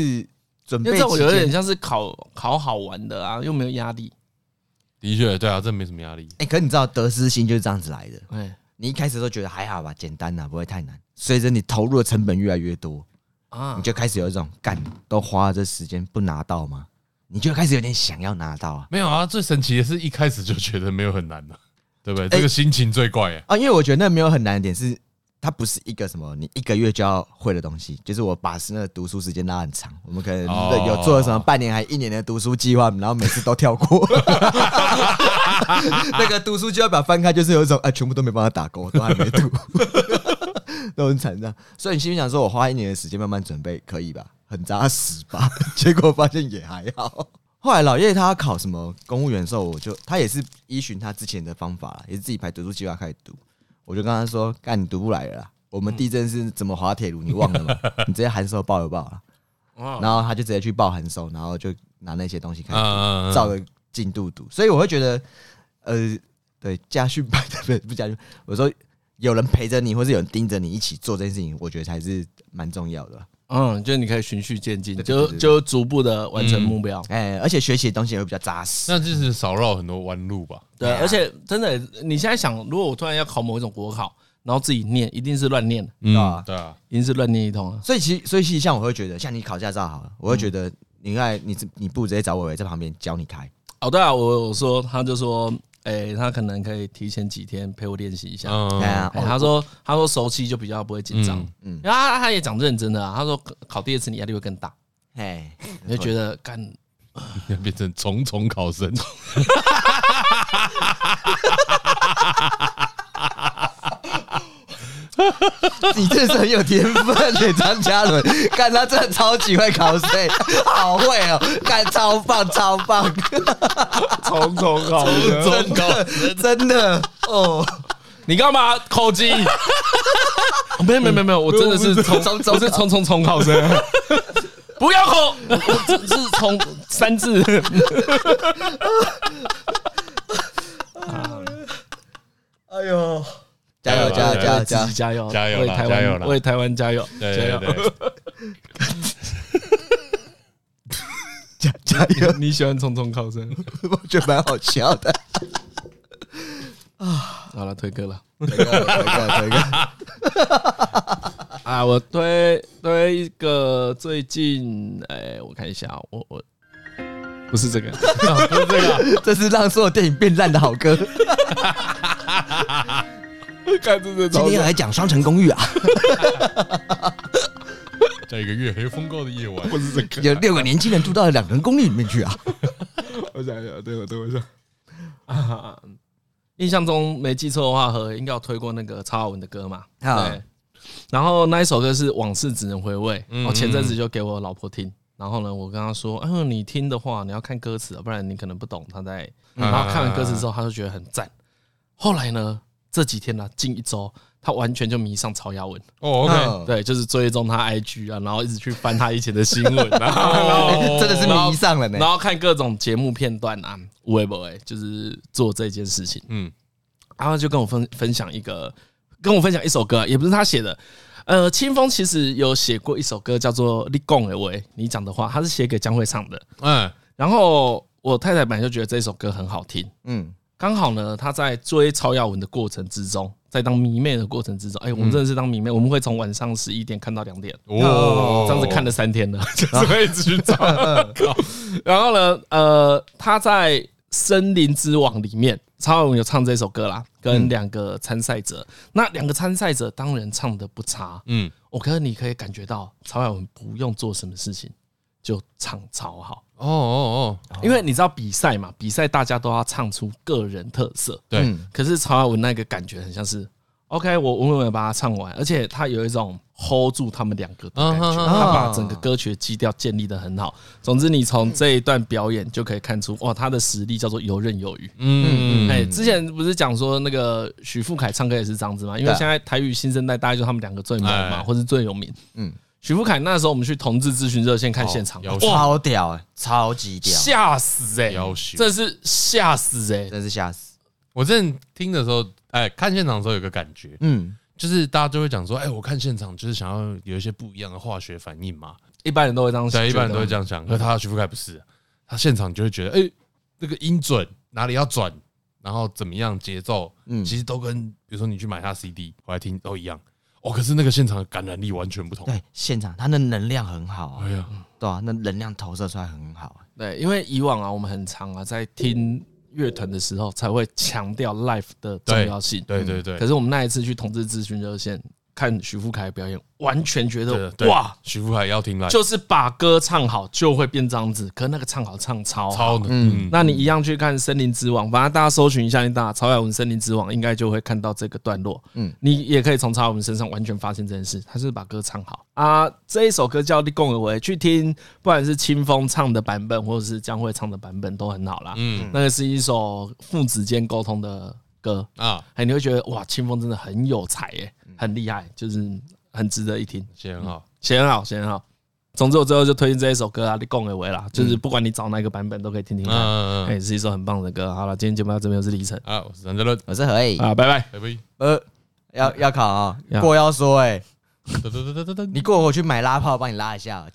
B: 准
A: 因
B: 备
A: 为
B: 期
A: 这我有点
B: 间，
A: 像是考考好玩的啊，又没有压力。
C: 的确，对啊，这没什么压力。
B: 哎，可是你知道得失心就是这样子来的。
A: 哎
B: 你一开始都觉得还好吧，简单呐、不会太难。随着你投入的成本越来越多，
A: 啊
B: 你，就开始有一种干都花了这时间不拿到吗？你就开始有点想要拿到啊
C: 没有啊，最神奇的是一开始就觉得没有很难的， [laughs] 对不对？
B: 哎
C: 这个心情最怪哎。
B: 啊！因为我觉得那没有很难的点是，它不是一个什么你一个月就要会的东西，就是我把那个读书时间拉很长，我们可能
C: 哦
B: 有做了什么半年还一年的读书计划，然后每次都跳过。 [laughs] 那个读书计划表翻开，就是有一种啊，全部都没办法打勾，都还没读， [laughs] 都很惨这样。所以你心里想说，我花一年的时间慢慢准备，可以吧？很扎实吧？ [laughs] 结果发现也还好。后来老叶他考什么公务员的时候，我就他也是依循他之前的方法啦，也是自己排读书计划开始读。我就跟他说：“干，你读不来了啦，我们地震是怎么滑铁卢，你忘了吗？你直接函授报一报啦。”然后他就直接去报函授，然后就拿那些东西开始
C: 嗯，
B: 照着进度读。所以我会觉得，呃，对家训班的不是不是家训，我说有人陪着你，或是有人盯着你一起做这件事情，我觉得才是蛮重要的啦。
A: 嗯，就是你可以循序渐进，
B: 对对
A: 就
B: 对对对
A: 就逐步的完成目标。
B: 哎、而且学习的东西也会比较扎实。
C: 那就是少绕很多弯路吧。
A: 对，
B: 对啊
A: 而且真的，你现在想，如果我突然要考某一种国考，然后自己念，一定是乱念的，
C: 嗯
B: 啊，
C: 对啊，
A: 一定是乱念一通啊。
B: 所以其所以其实像我会觉得，像你考驾照好了，我会觉得你看你你不如直接找伟伟在旁边教你开。
A: 哦，对啊，我我说他就说，哎，他可能可以提前几天陪我练习一下。
C: 嗯
B: 哎呀
A: 哎他说他说熟悉就比较不会紧张，
C: 嗯
A: 因为他他也讲认真的啊，他说考第二次你压力会更大，
B: 哎，
A: 你就觉得干
C: 变成重重考生，
B: [laughs] 你真的是很有天分的张嘉伦， [laughs] 看他真的超级会考试， [laughs] 好会哦，看超棒超棒，
A: 重重考
B: [laughs] 真的真的哦，
A: 你干嘛口技？ [laughs] 没有没有没有没有，我真的是从
B: 从
A: 我是从从从考生， [laughs] 不要口，我只是从三字。 [laughs]
B: 哎呦，加油加油加油
A: 自
B: 加油
A: 己！加油
C: 加油啦
A: 为台
C: 加油
A: 湾
C: 啦
A: 为台湾加油，
C: 对
A: 加
C: 对
A: [laughs] 油！
C: 对，
B: 加加油！
A: 你喜欢重重考生？
B: [laughs] 我觉得蛮好笑的。
A: 好了，推歌了
B: 推个推个推个，
A: 啊！我推推一个最近，哎，我看一下，我我不是这个，
B: [laughs] 这是让所有电影变烂的好歌。
A: [laughs] 看这是
B: 今天要来讲《双城公寓》啊，
A: [laughs]
C: 在一个月黑风高的夜晚，
A: 不是这个，
B: 有六个年轻人住到了两人公寓里面去啊。
A: 我想一下，对我等我一下啊。 [laughs] 印象中没记错的话，和应该有推过那个曹浩文的歌嘛？
B: 啊
A: 对。然后那一首歌是《往事只能回味》，哦
C: 嗯
A: 我前阵子就给我老婆听，然后呢，我跟他说，嗯、你听的话你要看歌词啊，不然你可能不懂他在。
C: 嗯
A: 然后看完歌词之后，他就觉得很赞。后来呢，这几天呢、近一周，他完全就迷上曹雅文，
C: 哦，OK，
B: 嗯
A: 对，就是追踪他 IG 啊，然后一直去翻他以前的新闻啊。
C: 哦
B: 哎真的是迷上了呢
A: 然。后看各种节目片段啊，微博哎，就是做这件事情。
C: 嗯，
A: 然后就跟我分分享一个，跟我分享一首歌啊，也不是他写的。呃，清风其实有写过一首歌叫做《你讲的喂》，你讲的话，他是写给江蕙唱的。
C: 嗯，
A: 然后我太太本来就觉得这首歌很好听，
B: 嗯，
A: 刚好呢，她在追曹耀文的过程之中，在当迷妹的过程之中，哎，我们真的是当迷妹，我们会从晚上十一点看到两点。
C: 哦，
A: 这样子看
C: [laughs]
A: 了三天了，就是会一直去找。靠然后呢，呃，他在《森林之王》里面，曹耀文有唱这首歌啦，跟两个参赛者。那两个参赛者当然唱的不差，
C: 嗯，
A: 我可是你可以感觉到曹耀文不用做什么事情就唱超好，
C: 哦哦哦，
A: 因为你知道比赛嘛，比赛大家都要唱出个人特色。
C: 对，
B: 嗯
A: 可是曹耀文那个感觉很像是。OK，我稳稳的把它唱完，而且他有一种 hold 住他们两个的感
C: 嗯
A: 觉
C: 哼，哼
A: 他把整个歌曲的基调建立的很好。总之，你从这一段表演就可以看出，哇，他的实力叫做游刃有余。
C: 嗯，
A: 哎，之前不是讲说那个许富凯唱歌也是这样子嘛？因为
B: 对啊
A: 现在台语新生代大概就他们两个最猛嘛，
C: 哎
A: 或是最有名。嗯
B: 嗯，
A: 许富凯那时候我们去同志咨询热线看现场，
C: 有
A: 哇，
B: 超屌欸，超级屌，
A: 吓死哎
C: 要，求
A: 这是吓死哎，
B: 真是吓死。
C: 我之前听的时候，哎，看现场的时候有个感觉，
B: 嗯，
C: 就是大家就会讲说，哎，我看现场就是想要有一些不一样的化学反应嘛，
A: 一般人都会这样想，
C: 对，一般人都会这样想，可是他徐福凯不是，他现场就会觉得，哎，那个音准哪里要转，然后怎么样节奏，
B: 嗯
C: 其实都跟比如说你去买他 CD 回来听都一样，哦，可是那个现场的感染力完全不同，
B: 对，现场他的能量很好啊
C: 哎，呀，
B: 对啊，那能量投射出来很好啊。
A: 对，因为以往啊，我们很常啊，在听乐团的时候才会强调 l i f e 的重要性。
C: 对对
A: 可
C: 对，
A: 是我们那一次去同志咨询热线看徐富凯的表演，完全觉
C: 对
A: 得
C: 对
A: 哇，
C: 徐福凯要听来
A: 就是把歌唱好就会变这样子，可那个唱好唱超好
C: 超能，嗯，
A: 那你一样去看《森林之王》，反正大家搜寻一下，你打曹雅文《森林之王》，应该就会看到这个段落。嗯
B: 嗯，
A: 你也可以从曹雅文身上完全发现这件事，他就是把歌唱好啊。这一首歌叫《立共而为》，去听，不管是清风唱的版本，或者是江蕙唱的版本，都很好啦。
C: 嗯
A: 那个是一首父子间沟通的歌，
C: 啊，
A: 哎，你会觉得哇，清风真的很有才耶、
C: 嗯
A: 很厉害，就是很值得一听。
C: 谢很好，
A: 写得很好，写得很好。总之，我最后就推荐这一首歌啊，《立共而为》啦，就是不管你找哪个版本都可以听听
C: 嗯
A: 看。
C: 嗯
A: 哎，
C: 嗯
A: 也是一首很棒的歌。好了，今天节目到这边，我是李晨
C: 嗯，啊，我是张哲伦，
B: 我是何以，
A: 啊，拜拜。
C: 拜拜。
B: 呃，要要考啊
A: 要，
B: 过要说哎，
C: 噔噔噔噔噔噔。
B: 你过我去买拉炮，帮你拉一下啊。